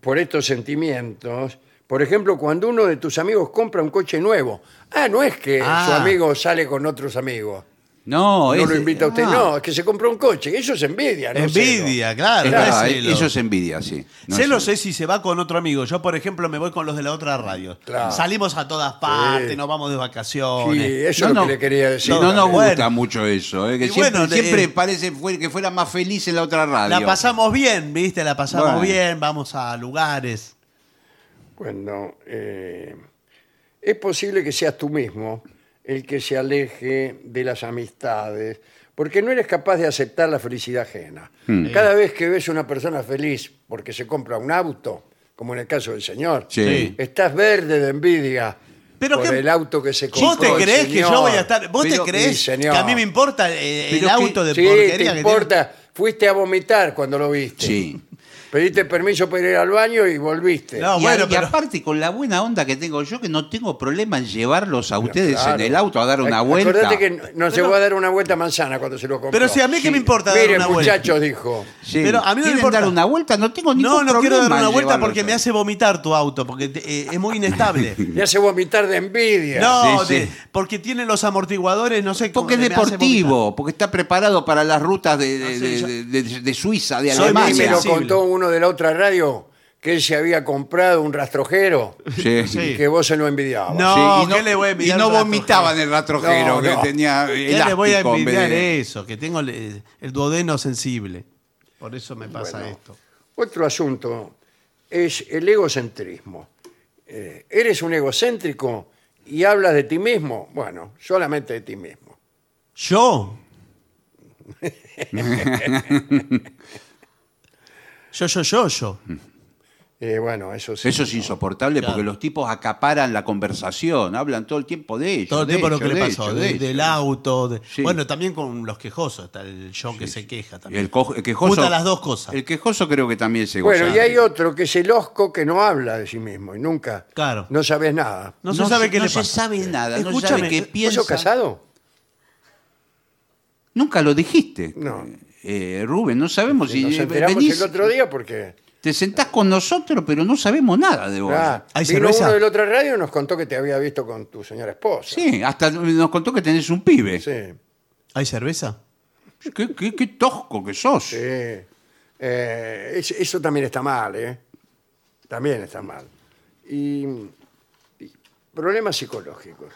Speaker 1: por estos sentimientos. Por ejemplo, cuando uno de tus amigos compra un coche nuevo. Ah, no es que
Speaker 2: Ah.
Speaker 1: su amigo sale con otros amigos. No
Speaker 3: No, es-
Speaker 1: lo invita a usted.
Speaker 3: ah,
Speaker 1: No, es que se compró un coche. Eso es envidia. No
Speaker 2: Envidia, claro.
Speaker 3: es
Speaker 2: no es
Speaker 3: verdad, eh,
Speaker 2: celos.
Speaker 3: eso es envidia, sí. No es
Speaker 2: Celos es si se va con otro amigo. Yo, por ejemplo, me voy con los de la otra radio.
Speaker 1: Claro.
Speaker 2: Salimos a todas partes,
Speaker 1: Sí.
Speaker 2: nos vamos de
Speaker 1: celo.
Speaker 2: vacaciones.
Speaker 1: Sí, eso es lo que le quería decir.
Speaker 3: No, nos
Speaker 2: bueno.
Speaker 3: gusta mucho eso. eh, que
Speaker 2: Y
Speaker 3: siempre,
Speaker 2: bueno, de-
Speaker 3: siempre parece fue- que fuera más feliz en la otra radio.
Speaker 2: La pasamos bien, ¿viste? La pasamos
Speaker 3: Bueno.
Speaker 2: bien, vamos a lugares.
Speaker 1: Bueno, eh, es posible que seas tú mismo el que se aleje de las amistades, porque no eres capaz de aceptar la felicidad ajena.
Speaker 3: Mm.
Speaker 1: Cada vez que ves una persona feliz porque se compra un auto, como en el caso del señor,
Speaker 3: Sí.
Speaker 1: estás verde de envidia
Speaker 2: Pero
Speaker 1: por
Speaker 2: que-
Speaker 1: el auto que se compró.
Speaker 2: ¿Vos te
Speaker 1: el
Speaker 2: crees que yo
Speaker 1: señor.
Speaker 2: voy a estar.? ¿Vos
Speaker 3: Pero-
Speaker 1: Sí,
Speaker 2: te crees que
Speaker 1: señor.
Speaker 2: a mí me importa eh, el
Speaker 3: Pero que-
Speaker 2: auto de
Speaker 1: Sí,
Speaker 2: porquería
Speaker 1: te
Speaker 2: que tiene?
Speaker 1: importa. Fuiste a vomitar cuando lo viste.
Speaker 3: Sí.
Speaker 1: Pediste permiso para ir al baño y volviste.
Speaker 2: No,
Speaker 3: y, a-
Speaker 2: bueno,
Speaker 3: y
Speaker 2: pero-
Speaker 3: aparte, con la buena onda que tengo yo, que no tengo problema en llevarlos a ustedes
Speaker 1: Claro.
Speaker 3: en el auto a dar una
Speaker 1: Ac-
Speaker 3: vuelta.
Speaker 1: Acordate que nos llevó a dar una vuelta a manzana cuando se lo compró.
Speaker 2: Pero si a mí que me importa dar
Speaker 1: Mire,
Speaker 2: una vuelta.
Speaker 1: muchachos, dijo.
Speaker 3: Sí.
Speaker 2: Pero a mí no me
Speaker 3: ¿Quieren
Speaker 2: importa.
Speaker 3: dar una vuelta? No tengo ningún
Speaker 2: No,
Speaker 3: problema.
Speaker 2: no quiero dar una
Speaker 3: en
Speaker 2: vuelta
Speaker 3: llevarlos
Speaker 2: porque me
Speaker 3: ahí.
Speaker 2: hace vomitar tu auto, porque te- eh, es muy inestable.
Speaker 1: Le hace vomitar de envidia.
Speaker 2: No,
Speaker 3: Sí,
Speaker 2: de-
Speaker 3: sí.
Speaker 2: porque tiene los amortiguadores, no sé cómo.
Speaker 3: Porque es
Speaker 2: me hace vomitar.
Speaker 3: deportivo, porque está preparado para las rutas de, de-
Speaker 2: Ah, sí,
Speaker 3: de-
Speaker 2: yo-
Speaker 3: de- de- de Suiza, de
Speaker 1: A
Speaker 2: Soy
Speaker 1: mí
Speaker 2: muy
Speaker 1: me
Speaker 3: Alemania.
Speaker 1: lo
Speaker 2: sensible.
Speaker 1: contó uno de la otra radio que él se había comprado un rastrojero
Speaker 3: Sí.
Speaker 1: y que vos se lo envidiabas.
Speaker 2: No,
Speaker 3: Sí,
Speaker 2: ¿qué le voy a envidiar
Speaker 3: y no
Speaker 2: el rastrojero?
Speaker 3: vomitaban el rastrojero
Speaker 1: No,
Speaker 3: que
Speaker 1: no.
Speaker 3: tenía
Speaker 2: ¿Qué le voy a
Speaker 3: elástico en vez
Speaker 2: envidiar
Speaker 3: de-
Speaker 2: eso? Que tengo le- el duodeno sensible. Por eso me pasa
Speaker 1: Bueno.
Speaker 2: esto.
Speaker 1: Otro asunto es el egocentrismo. Eh, ¿Eres un egocéntrico y hablas de ti mismo? Bueno, solamente de ti mismo.
Speaker 2: ¿Yo? yo, yo, yo, yo.
Speaker 1: Eh, bueno, eso sí.
Speaker 3: Eso es insoportable porque los tipos acaparan la conversación, hablan todo el tiempo de ellos.
Speaker 2: Todo el
Speaker 3: de
Speaker 2: tiempo lo que
Speaker 3: ellos,
Speaker 2: le
Speaker 3: de
Speaker 2: pasó,
Speaker 3: ellos,
Speaker 2: de-
Speaker 3: de ellos.
Speaker 2: del auto. de-
Speaker 3: Sí.
Speaker 2: Bueno, también con los quejosos, está el yo que se queja también.
Speaker 3: El, co- el quejoso.
Speaker 2: Junta las dos cosas.
Speaker 3: El quejoso creo que también se
Speaker 1: Bueno, y hay otro que es el osco que no habla de sí mismo y nunca.
Speaker 2: Claro.
Speaker 1: No sabes nada.
Speaker 2: No, se sabe qué
Speaker 3: no
Speaker 2: le
Speaker 3: se
Speaker 2: pasa.
Speaker 3: sabe nada, no
Speaker 2: Escúchame,
Speaker 3: sabe
Speaker 2: ¿vos
Speaker 3: qué
Speaker 2: sos
Speaker 1: ¿Vos
Speaker 3: piensa.
Speaker 1: sos casado?
Speaker 3: Nunca lo dijiste.
Speaker 1: No.
Speaker 3: Eh, Rubén, no sabemos si
Speaker 1: Nos
Speaker 3: eh,
Speaker 1: enteramos
Speaker 3: venís,
Speaker 1: el otro día porque
Speaker 3: te sentás con nosotros, pero no sabemos nada de vos.
Speaker 1: ah,
Speaker 2: ¿Hay
Speaker 1: vino
Speaker 2: cerveza?
Speaker 1: uno de la otra radio y nos contó que te había visto con tu señora esposa.
Speaker 3: Sí, hasta nos contó que tenés un pibe.
Speaker 1: Sí,
Speaker 2: ¿Hay cerveza?
Speaker 3: Qué, qué- qué tosco que sos.
Speaker 1: sí. Eh, es- eso también está mal, ¿eh? También está mal. Y, y problemas psicológicos.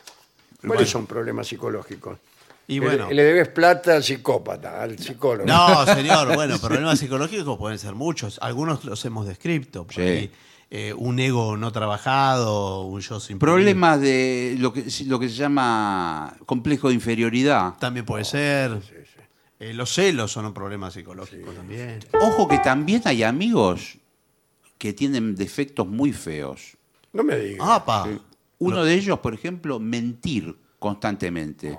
Speaker 1: ¿Cuáles
Speaker 2: Bueno.
Speaker 1: son problemas psicológicos?
Speaker 2: Y
Speaker 1: Que
Speaker 2: bueno.
Speaker 1: Le, le debes plata al psicópata, al psicólogo.
Speaker 2: No, señor, bueno, problemas psicológicos pueden ser muchos. Algunos los hemos descrito. por
Speaker 3: Sí.
Speaker 2: ahí. Eh, un ego no trabajado, un yo sin
Speaker 3: Problemas de lo que, lo que se llama complejo de inferioridad.
Speaker 2: También puede ser. Eh, los celos son un problema psicológico también.
Speaker 3: Ojo que también hay amigos que tienen defectos muy feos.
Speaker 1: No me digas.
Speaker 2: ¡Apa!
Speaker 3: Uno de ellos, por ejemplo, mentir constantemente.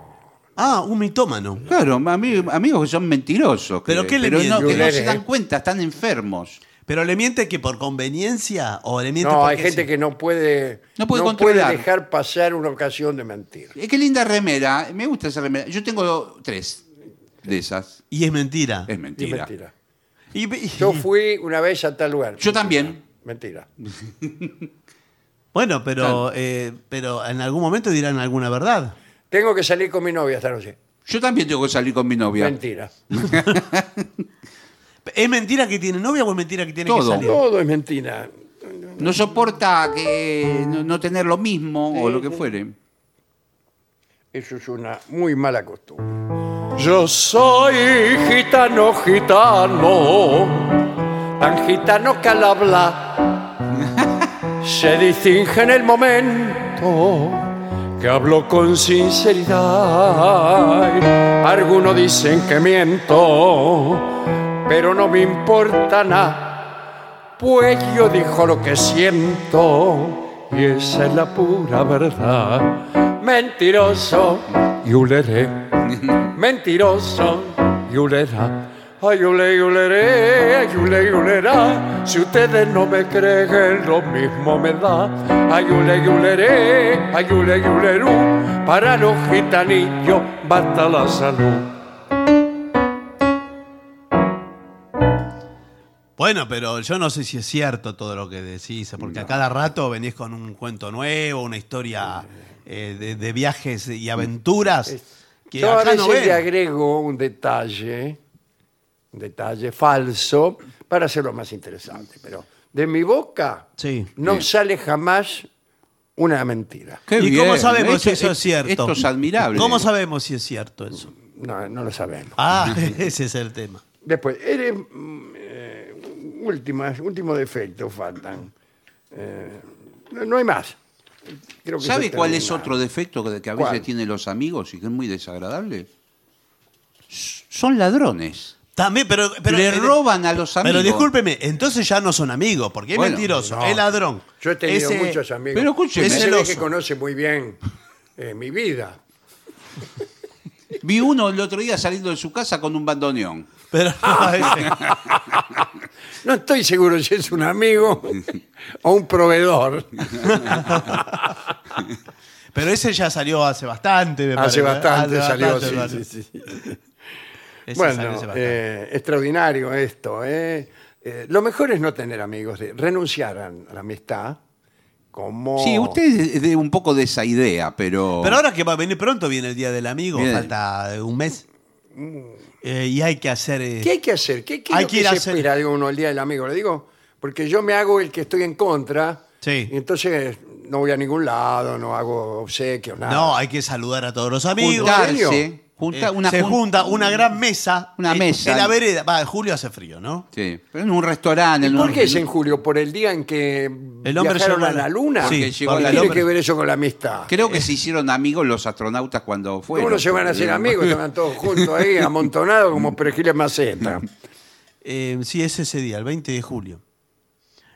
Speaker 2: Ah, un mitómano.
Speaker 3: Claro, ami- amigos que son mentirosos. que-
Speaker 2: ¿Pero qué le
Speaker 3: no,
Speaker 2: mienten?
Speaker 3: que no se
Speaker 1: Luleres,
Speaker 3: dan
Speaker 1: ¿eh?
Speaker 3: cuenta, están enfermos.
Speaker 2: ¿Pero le miente que por conveniencia o le miente
Speaker 1: No,
Speaker 2: porque
Speaker 1: hay gente
Speaker 2: sí?
Speaker 1: que no puede,
Speaker 3: No puede controlar.
Speaker 1: dejar pasar una ocasión de mentir.
Speaker 3: Eh, qué linda remera, me gusta esa remera. Yo tengo tres de esas.
Speaker 2: Y es mentira.
Speaker 3: Es
Speaker 1: Y
Speaker 3: mentira.
Speaker 1: mentira.
Speaker 2: Y- y-
Speaker 1: Yo fui una vez a tal lugar.
Speaker 3: Yo también.
Speaker 1: Mentira.
Speaker 2: Bueno, pero, eh, pero en algún momento dirán alguna verdad.
Speaker 1: Tengo que salir con mi novia esta noche.
Speaker 3: Yo también tengo que salir con mi novia.
Speaker 1: Mentira.
Speaker 2: ¿Es mentira que tiene novia o es mentira que tiene que
Speaker 3: Todo.
Speaker 2: salir?
Speaker 1: Todo es mentira.
Speaker 3: No soporta que no, no tener lo mismo o lo que fuere.
Speaker 1: Eso es una muy mala costumbre. Yo soy gitano, gitano, tan gitano que al hablar se distingue en el momento que hablo con sinceridad. Algunos dicen que miento, pero no me importa nada, pues yo digo lo que siento y esa es la pura verdad. Mentiroso y uleré. Mentiroso, Yulera. Ay, yule, yuleré, ay, yule, yulera. Si ustedes no me creen, lo mismo me da. Ay, yule, yuleré, ay, yule, yulerú. Para los gitanillos basta la salud.
Speaker 2: Bueno, pero yo no sé si es cierto todo lo que decís, porque a cada rato venís con un cuento nuevo, una historia eh, de, de viajes y aventuras que
Speaker 1: Yo a
Speaker 2: acá no
Speaker 1: veces le
Speaker 2: ven.
Speaker 1: agrego un detalle, un detalle falso, para hacerlo más interesante. Pero de mi boca
Speaker 2: Sí.
Speaker 1: no sale jamás una mentira.
Speaker 3: Qué
Speaker 2: ¿Y
Speaker 3: bien.
Speaker 2: cómo sabemos si
Speaker 3: Esto-
Speaker 2: eso es cierto?
Speaker 3: Esto es admirable.
Speaker 2: ¿Cómo sabemos si es cierto eso?
Speaker 1: No, no lo sabemos.
Speaker 2: Ah, ese es el tema.
Speaker 1: Después, eres mm, eh, últimas, último defecto faltan. Eh, no, no hay más. Creo que
Speaker 3: ¿Sabe
Speaker 1: se
Speaker 3: cuál es
Speaker 1: termina.
Speaker 3: otro defecto que que a
Speaker 1: ¿Cuál?
Speaker 3: veces tienen los amigos y que es muy desagradable? S- Son ladrones.
Speaker 2: También, pero, pero-
Speaker 3: Le
Speaker 2: eh,
Speaker 3: roban a los amigos.
Speaker 2: Pero discúlpeme, entonces ya no son amigos, porque es
Speaker 3: Bueno,
Speaker 2: mentiroso,
Speaker 1: No.
Speaker 2: es ladrón.
Speaker 1: Yo he tenido
Speaker 2: Ese-
Speaker 1: muchos amigos.
Speaker 3: Pero escúcheme.
Speaker 1: Ese
Speaker 2: Celoso.
Speaker 1: que conoce muy bien eh, mi vida.
Speaker 3: Vi uno el otro día saliendo de su casa con un bandoneón.
Speaker 2: Pero no, ese-
Speaker 1: No estoy seguro si es un amigo o un proveedor.
Speaker 2: Pero ese ya salió hace bastante, me
Speaker 1: Hace
Speaker 2: parece. ¿eh?
Speaker 1: bastante
Speaker 2: Hace
Speaker 1: salió.
Speaker 2: bastante,
Speaker 1: sí,
Speaker 2: bastante.
Speaker 1: sí, sí.
Speaker 2: Ese salió
Speaker 1: Bueno,
Speaker 2: hace bastante.
Speaker 1: eh, extraordinario esto. ¿eh? Eh, lo mejor es no tener amigos, de- renunciar a la amistad como...
Speaker 3: Sí, usted es de un poco de esa idea, pero.
Speaker 2: Pero ahora que va a venir pronto, viene el Día del Amigo,
Speaker 3: Bien.
Speaker 2: falta eh, un mes.
Speaker 1: Mm.
Speaker 2: Eh, y hay que hacer... eh,
Speaker 1: ¿Qué hay que hacer? ¿Qué, qué es
Speaker 2: Hay
Speaker 1: lo
Speaker 2: que
Speaker 1: que
Speaker 2: ir a
Speaker 1: se
Speaker 2: hacer-
Speaker 1: espera de uno el día del amigo? Le digo, porque yo me hago el que estoy en contra.
Speaker 2: Sí.
Speaker 1: Y entonces no voy a ningún lado, no hago obsequios, nada.
Speaker 2: No, hay que saludar a todos los amigos.
Speaker 1: Juntar, ¿en serio?
Speaker 3: juntarse. junta-
Speaker 2: Eh,
Speaker 3: una
Speaker 2: se
Speaker 3: jun-
Speaker 2: junta una gran mesa.
Speaker 3: Una
Speaker 2: en-
Speaker 3: mesa.
Speaker 2: En la vereda. Va, en julio hace frío, ¿no?
Speaker 3: Sí, pero en un restaurante. en
Speaker 1: ¿Por
Speaker 3: un-
Speaker 1: qué es en julio? ¿Por el día en que
Speaker 2: El hombre
Speaker 1: viajaron
Speaker 2: llegó
Speaker 1: a la luna?
Speaker 2: Sí,
Speaker 3: Porque llegó a
Speaker 1: ¿Qué
Speaker 3: la
Speaker 1: tiene
Speaker 3: luna.
Speaker 1: que ver eso con la amistad?
Speaker 3: Creo que se hicieron amigos los astronautas cuando fueron.
Speaker 1: ¿Cómo no se van a
Speaker 3: eh,
Speaker 1: hacer amigos? Estaban todos juntos ahí, amontonados como perejiles maceta.
Speaker 2: Eh, sí, es ese día, el 20 de julio.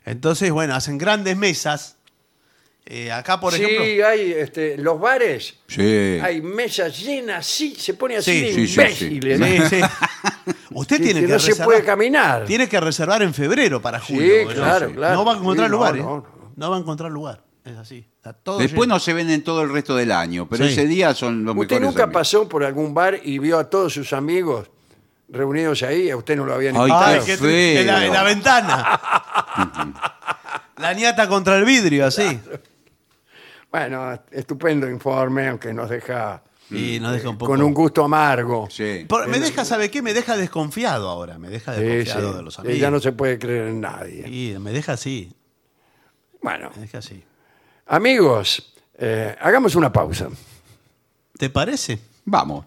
Speaker 2: Entonces, bueno, hacen grandes mesas. Eh, acá, por
Speaker 1: sí,
Speaker 2: ejemplo.
Speaker 1: hay este, los bares,
Speaker 3: Sí.
Speaker 1: hay mesas llenas, sí, se pone así
Speaker 2: Sí,
Speaker 1: de
Speaker 3: sí, sí, sí.
Speaker 1: imbéciles.
Speaker 2: Sí, sí. Usted
Speaker 1: Que-
Speaker 2: tiene
Speaker 1: que
Speaker 2: que,
Speaker 1: no se
Speaker 2: reservar.
Speaker 1: puede caminar.
Speaker 2: Tiene que reservar en febrero para
Speaker 1: Sí,
Speaker 2: julio. ¿no?
Speaker 1: claro,
Speaker 2: Sí.
Speaker 1: claro.
Speaker 2: No va a encontrar
Speaker 1: Sí, no,
Speaker 2: lugar. ¿eh?
Speaker 1: no,
Speaker 2: No,
Speaker 1: no.
Speaker 2: va a encontrar lugar. Es así. Está todo
Speaker 3: Después
Speaker 2: lleno.
Speaker 3: no se ven en todo el resto del año, pero
Speaker 2: Sí.
Speaker 3: ese día son los
Speaker 1: ¿Usted
Speaker 3: mejores.
Speaker 1: nunca
Speaker 3: amigos.
Speaker 1: pasó por algún bar y vio a todos sus amigos reunidos ahí? A usted no lo habían
Speaker 3: Ay,
Speaker 1: invitado.
Speaker 2: Ay,
Speaker 3: Está
Speaker 2: qué
Speaker 3: feo.
Speaker 2: triste, en, la, en la ventana. la niata contra el vidrio, así.
Speaker 1: Bueno, estupendo informe, aunque nos deja
Speaker 2: Y nos deja un poco.
Speaker 1: con un gusto amargo.
Speaker 3: Sí.
Speaker 2: Por- me deja, ¿sabe qué? Me deja desconfiado ahora. Me deja
Speaker 1: Sí,
Speaker 2: desconfiado
Speaker 1: sí.
Speaker 2: de los
Speaker 1: Y ya no
Speaker 2: amigos.
Speaker 1: se puede creer en nadie.
Speaker 2: Y me deja así.
Speaker 1: Bueno,
Speaker 2: Me deja así.
Speaker 1: amigos, eh, hagamos una pausa.
Speaker 2: ¿Te parece?
Speaker 3: Vamos.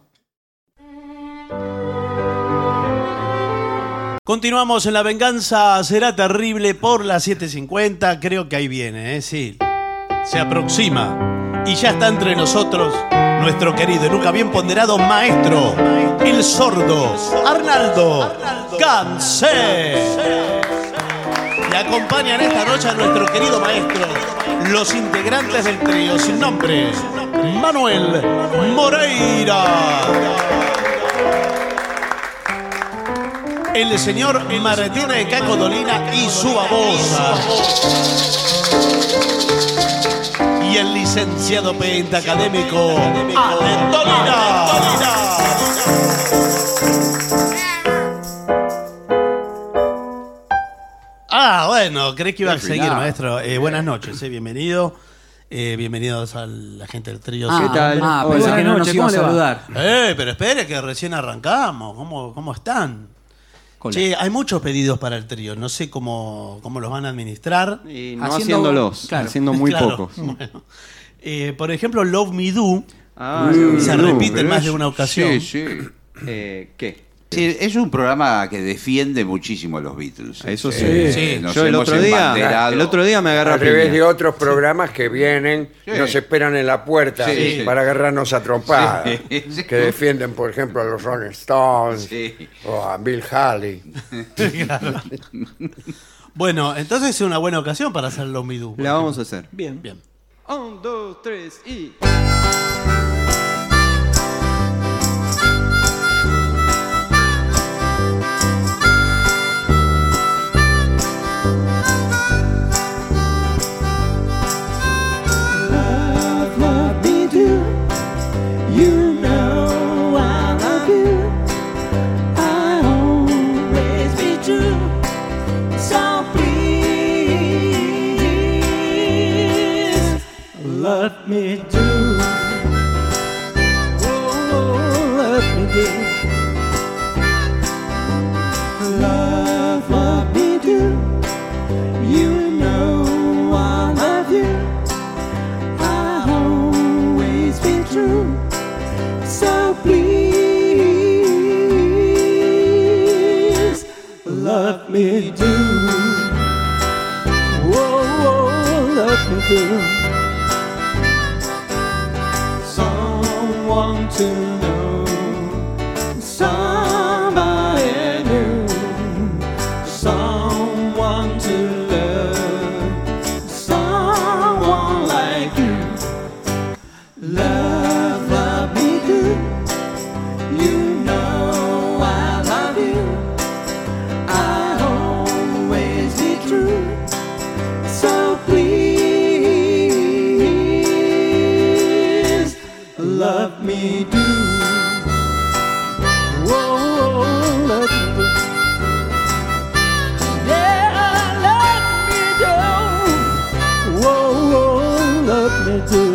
Speaker 2: Continuamos en La Venganza Será Terrible por las 7.50. Creo que ahí viene, ¿eh? Sí. Se aproxima. Y ya está entre nosotros nuestro querido y nunca bien ponderado maestro, el sordo, Arnaldo Cancé. Y acompañan esta noche a nuestro querido maestro, los integrantes del trío sin nombre, Manuel Moreira. El señor Martín de Caco Dolina y su babosa. Y el licenciado pentacadémico Allen Dolina. Ah, bueno, creí que iba a seguir,
Speaker 3: Cuidado.
Speaker 2: maestro. Eh, buenas noches, eh, bienvenido. Eh, bienvenidos a la gente del trío.
Speaker 4: Ah,
Speaker 2: Sin Nombre.
Speaker 4: Ah,
Speaker 5: Hola.
Speaker 4: pensé que no
Speaker 5: Buenas
Speaker 4: nos
Speaker 5: noches,
Speaker 4: iba a
Speaker 5: ¿cómo le va?
Speaker 4: saludar.
Speaker 2: Eh, pero espere que recién arrancamos. ¿Cómo, cómo están?
Speaker 5: Hola.
Speaker 2: Che, hay muchos pedidos para el trío. No sé cómo, cómo los van a administrar.
Speaker 5: Y
Speaker 4: Haciendo- claro.
Speaker 5: haciendo muy
Speaker 2: Claro,
Speaker 5: pocos.
Speaker 2: bueno. Eh, por ejemplo, Love Me Do
Speaker 5: Ah,
Speaker 3: Mm.
Speaker 2: se
Speaker 3: No,
Speaker 2: repite en
Speaker 3: pero
Speaker 2: más
Speaker 3: es-
Speaker 2: de una ocasión.
Speaker 3: Sí, sí.
Speaker 5: eh, ¿Qué?
Speaker 3: Sí, es un programa que defiende muchísimo a los Beatles. ¿eh?
Speaker 5: Eso sí.
Speaker 2: Sí.
Speaker 3: nos
Speaker 5: Yo el
Speaker 3: hemos
Speaker 5: otro día,
Speaker 3: embanderado.
Speaker 5: el otro día me agarré a
Speaker 1: Al revés de
Speaker 5: piña.
Speaker 1: otros programas que vienen,
Speaker 3: Sí.
Speaker 1: nos esperan en la puerta
Speaker 3: Sí.
Speaker 1: para agarrarnos a trompadas,
Speaker 3: Sí, sí.
Speaker 1: que defienden, por ejemplo, a los Rolling Stones
Speaker 3: Sí.
Speaker 1: o a Bill Haley.
Speaker 2: Bueno, entonces es una buena ocasión para hacer Love Me Do.
Speaker 5: La vamos a hacer.
Speaker 4: Bien.
Speaker 2: Bien.
Speaker 5: Un, dos, tres y.
Speaker 6: love, love me do. You know I love you. I always be true. So please love me do. Oh, love me do. Love, love me do. You know I love you. I've always been true. So please love me do. Whoa, whoa, love me do. Someone to know, somebody new, someone to love someone like you. Love, love me do. me do. Oh, let me do. Yeah, let me do. Oh, let me do.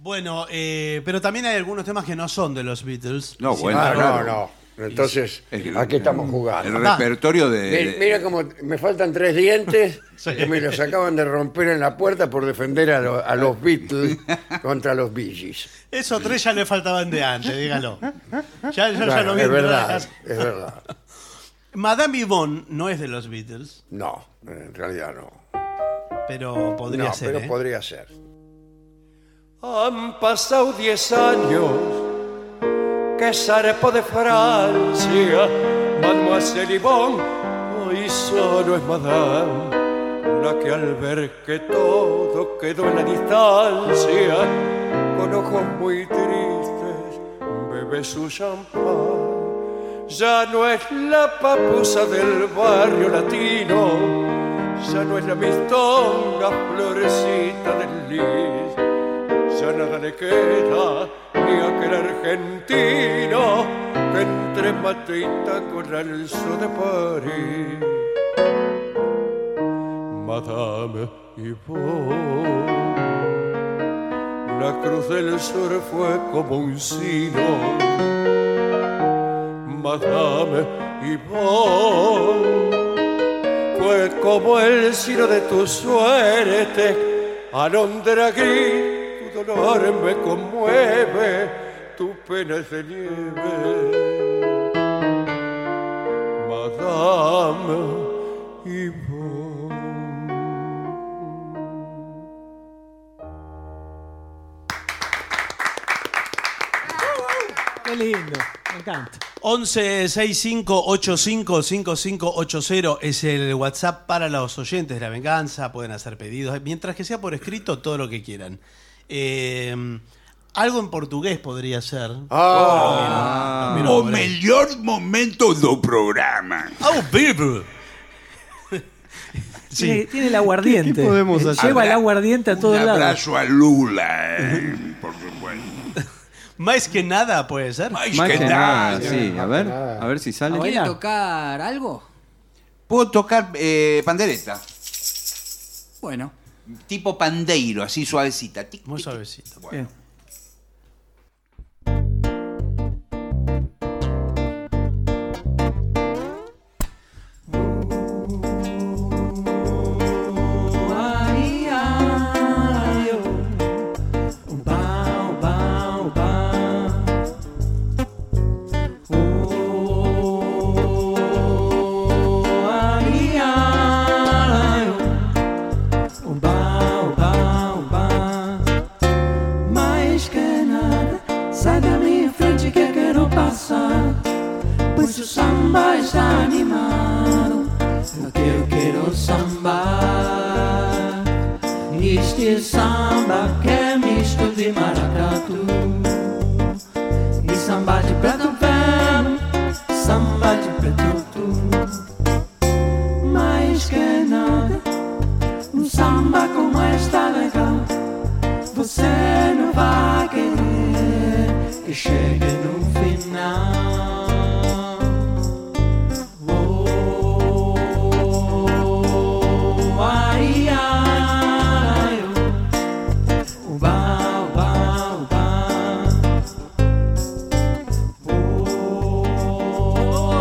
Speaker 2: Bueno, eh, pero también hay algunos temas que no son de los Beatles.
Speaker 3: No,
Speaker 2: Sí,
Speaker 3: bueno,
Speaker 1: Ah,
Speaker 3: claro.
Speaker 1: no, no. Entonces,
Speaker 3: El-
Speaker 1: aquí estamos
Speaker 3: El
Speaker 1: jugando.
Speaker 3: repertorio de.
Speaker 1: Mi-
Speaker 3: de-
Speaker 1: Mira como me faltan tres dientes
Speaker 2: Sí.
Speaker 1: y me los acaban de romper en la puerta por defender a, lo- a los Beatles contra los Bee Gees.
Speaker 2: Esos tres ya le faltaban de antes, dígalo. Ya, ya, ya
Speaker 1: Claro,
Speaker 2: lo vi.
Speaker 1: es verdad, es verdad.
Speaker 2: Madame Yvonne no es de los Beatles,
Speaker 1: No, en realidad no.
Speaker 2: pero podría
Speaker 1: no,
Speaker 2: ser.
Speaker 1: pero
Speaker 2: ¿eh?
Speaker 1: podría ser.
Speaker 6: Han pasado diez años que zarpo de Francia, Mademoiselle Yvonne, hoy solo es Madame, la que al ver que todo quedó en la distancia, con ojos muy tristes, bebe su champán. Ya no es la papusa del barrio latino, ya no es la mistonga florecita del lis ya nada le queda ni a aquel argentino que entre mate y taco lanzó de París. Madame Yvonne, la cruz del sur fue como un sino. Madame Yvonne, fue Pues como el sino de tu suerte. Alondra gris, tu dolor me conmueve, tu pena es de nieve. Madame Yvonne.
Speaker 4: Qué lindo, me encanta.
Speaker 2: 1165855580 es el WhatsApp para los oyentes de la venganza, pueden hacer pedidos, eh, mientras que sea por escrito todo lo que quieran. Eh, algo en portugués podría ser.
Speaker 1: Ah.
Speaker 2: Mira,
Speaker 3: O
Speaker 2: mira, mira.
Speaker 3: melhor momento do programa.
Speaker 2: Oh, baby.
Speaker 4: Tiene,
Speaker 2: Sí.
Speaker 4: tiene el aguardiente.
Speaker 5: ¿Qué- qué podemos
Speaker 4: Eh,
Speaker 5: hacer?
Speaker 4: Lleva el aguardiente a
Speaker 3: Un
Speaker 4: todos lados.
Speaker 3: abrazo a Lula, eh, por supuesto.
Speaker 2: Más que nada puede ser.
Speaker 3: Mas
Speaker 5: Más
Speaker 3: que
Speaker 5: que
Speaker 3: nada.
Speaker 5: nada, sí. A ver, a ver si
Speaker 7: Ah, ¿Quiere
Speaker 5: sale.
Speaker 4: Ahora- bailar.
Speaker 7: tocar algo?
Speaker 3: Puedo tocar eh, pandereta,
Speaker 7: Bueno.
Speaker 3: tipo pandeiro, así suavecita. Tic,
Speaker 2: Muy
Speaker 3: tic, tic.
Speaker 2: suavecito.
Speaker 3: Bueno.
Speaker 6: Mais que nada, sai da minha frente que eu quero passar. Pois o samba está animado, é que eu quero sambar. Este samba que é misto de maracatu E samba de preto velho, samba de preto tu Mais que nada, um samba como esta legal você não vai querer que chegue no final. Oh, ai, ai, oh. Uba, uba, uba.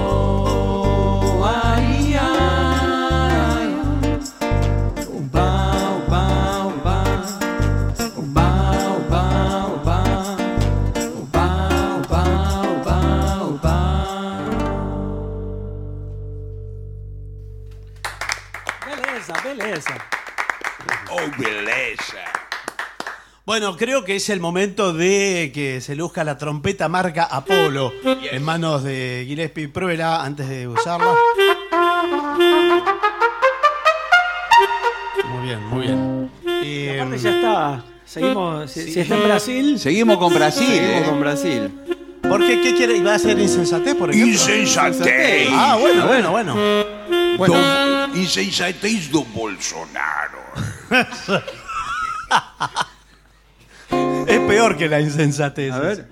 Speaker 6: Oh, ai, ai, oh. Uba, uba, uba. Uba, uba, uba. Uba, uba, uba, uba.
Speaker 4: Beleza, beleza.
Speaker 3: Oh, beleza.
Speaker 2: Bueno, creo que es el momento de que se luzca la trompeta marca Apolo en manos de Gillespie. Pruébela antes de usarla. Muy bien, muy bien. Eh,
Speaker 4: Em, eh, Aparte ya está. Seguimos, si, si está en Brasil,
Speaker 3: Seguimos con Brasil.
Speaker 5: Seguimos
Speaker 3: eh.
Speaker 5: con Brasil.
Speaker 2: ¿Por qué? ¿Qué quiere? ¿Iba a ser insensatez, por ejemplo?
Speaker 8: Insensatez.
Speaker 2: Ah, bueno, bueno, bueno.
Speaker 8: Don- insensatez do Bolsonaro.
Speaker 2: Es peor que la insensatez.
Speaker 5: A ver.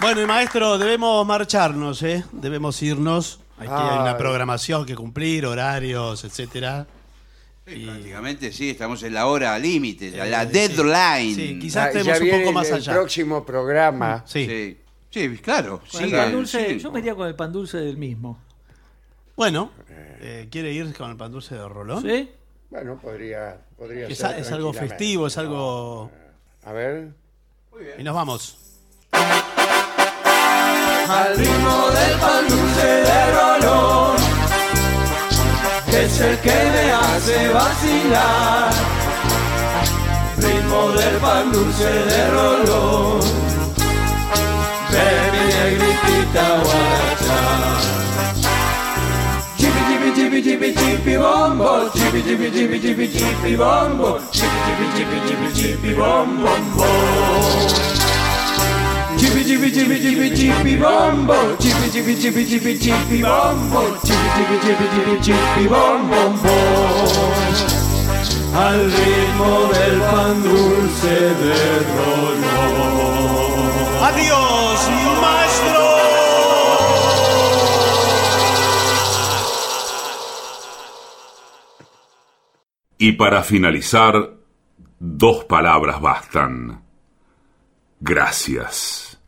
Speaker 2: Bueno, y maestro, debemos marcharnos, ¿eh? Debemos irnos. Hay, que- hay una
Speaker 1: Ay.
Speaker 2: programación que cumplir, horarios, etcétera.
Speaker 3: Prácticamente sí, estamos en la hora límite, la, la
Speaker 2: Eh, sí.
Speaker 3: deadline.
Speaker 2: Sí, quizás
Speaker 1: Ah,
Speaker 2: estemos
Speaker 1: ya
Speaker 2: un
Speaker 1: viene
Speaker 2: poco más
Speaker 1: el
Speaker 2: allá.
Speaker 1: próximo programa.
Speaker 2: Sí.
Speaker 3: Sí. Sí, claro.
Speaker 4: Con el
Speaker 3: sigan,
Speaker 4: pan dulce,
Speaker 3: sigan.
Speaker 4: yo me iría con el pan dulce del mismo.
Speaker 2: Bueno, eh, ¿quiere ir con el pan dulce de Rolón?
Speaker 4: ¿Sí?
Speaker 1: Bueno, podría, podría
Speaker 2: Que Es,
Speaker 1: ser
Speaker 2: es algo
Speaker 1: tranquilamente.
Speaker 2: festivo, es algo...
Speaker 1: A ver.
Speaker 2: Y nos vamos.
Speaker 6: al ritmo del pan dulce de Rolón, que es el que me hace vacilar. Ritmo del pan dulce de Rolón, de mi negrita guaracha. Chipi chipi chipi chipi chipi bombo, chipi chipi chipi chipi chipi bombo, chipi chipi chipi chipi chipi bom bom bom. Chippy chippy chippy chippy chippy bombo. Chippy chippy chippy chippy chippy bombo. Chippy chippy chippy chippy chippy bom bom bom. Al ritmo del pan dulce de Rolón.
Speaker 2: ¡Adiós, maestro!
Speaker 8: Y para finalizar, dos palabras bastan. Gracias.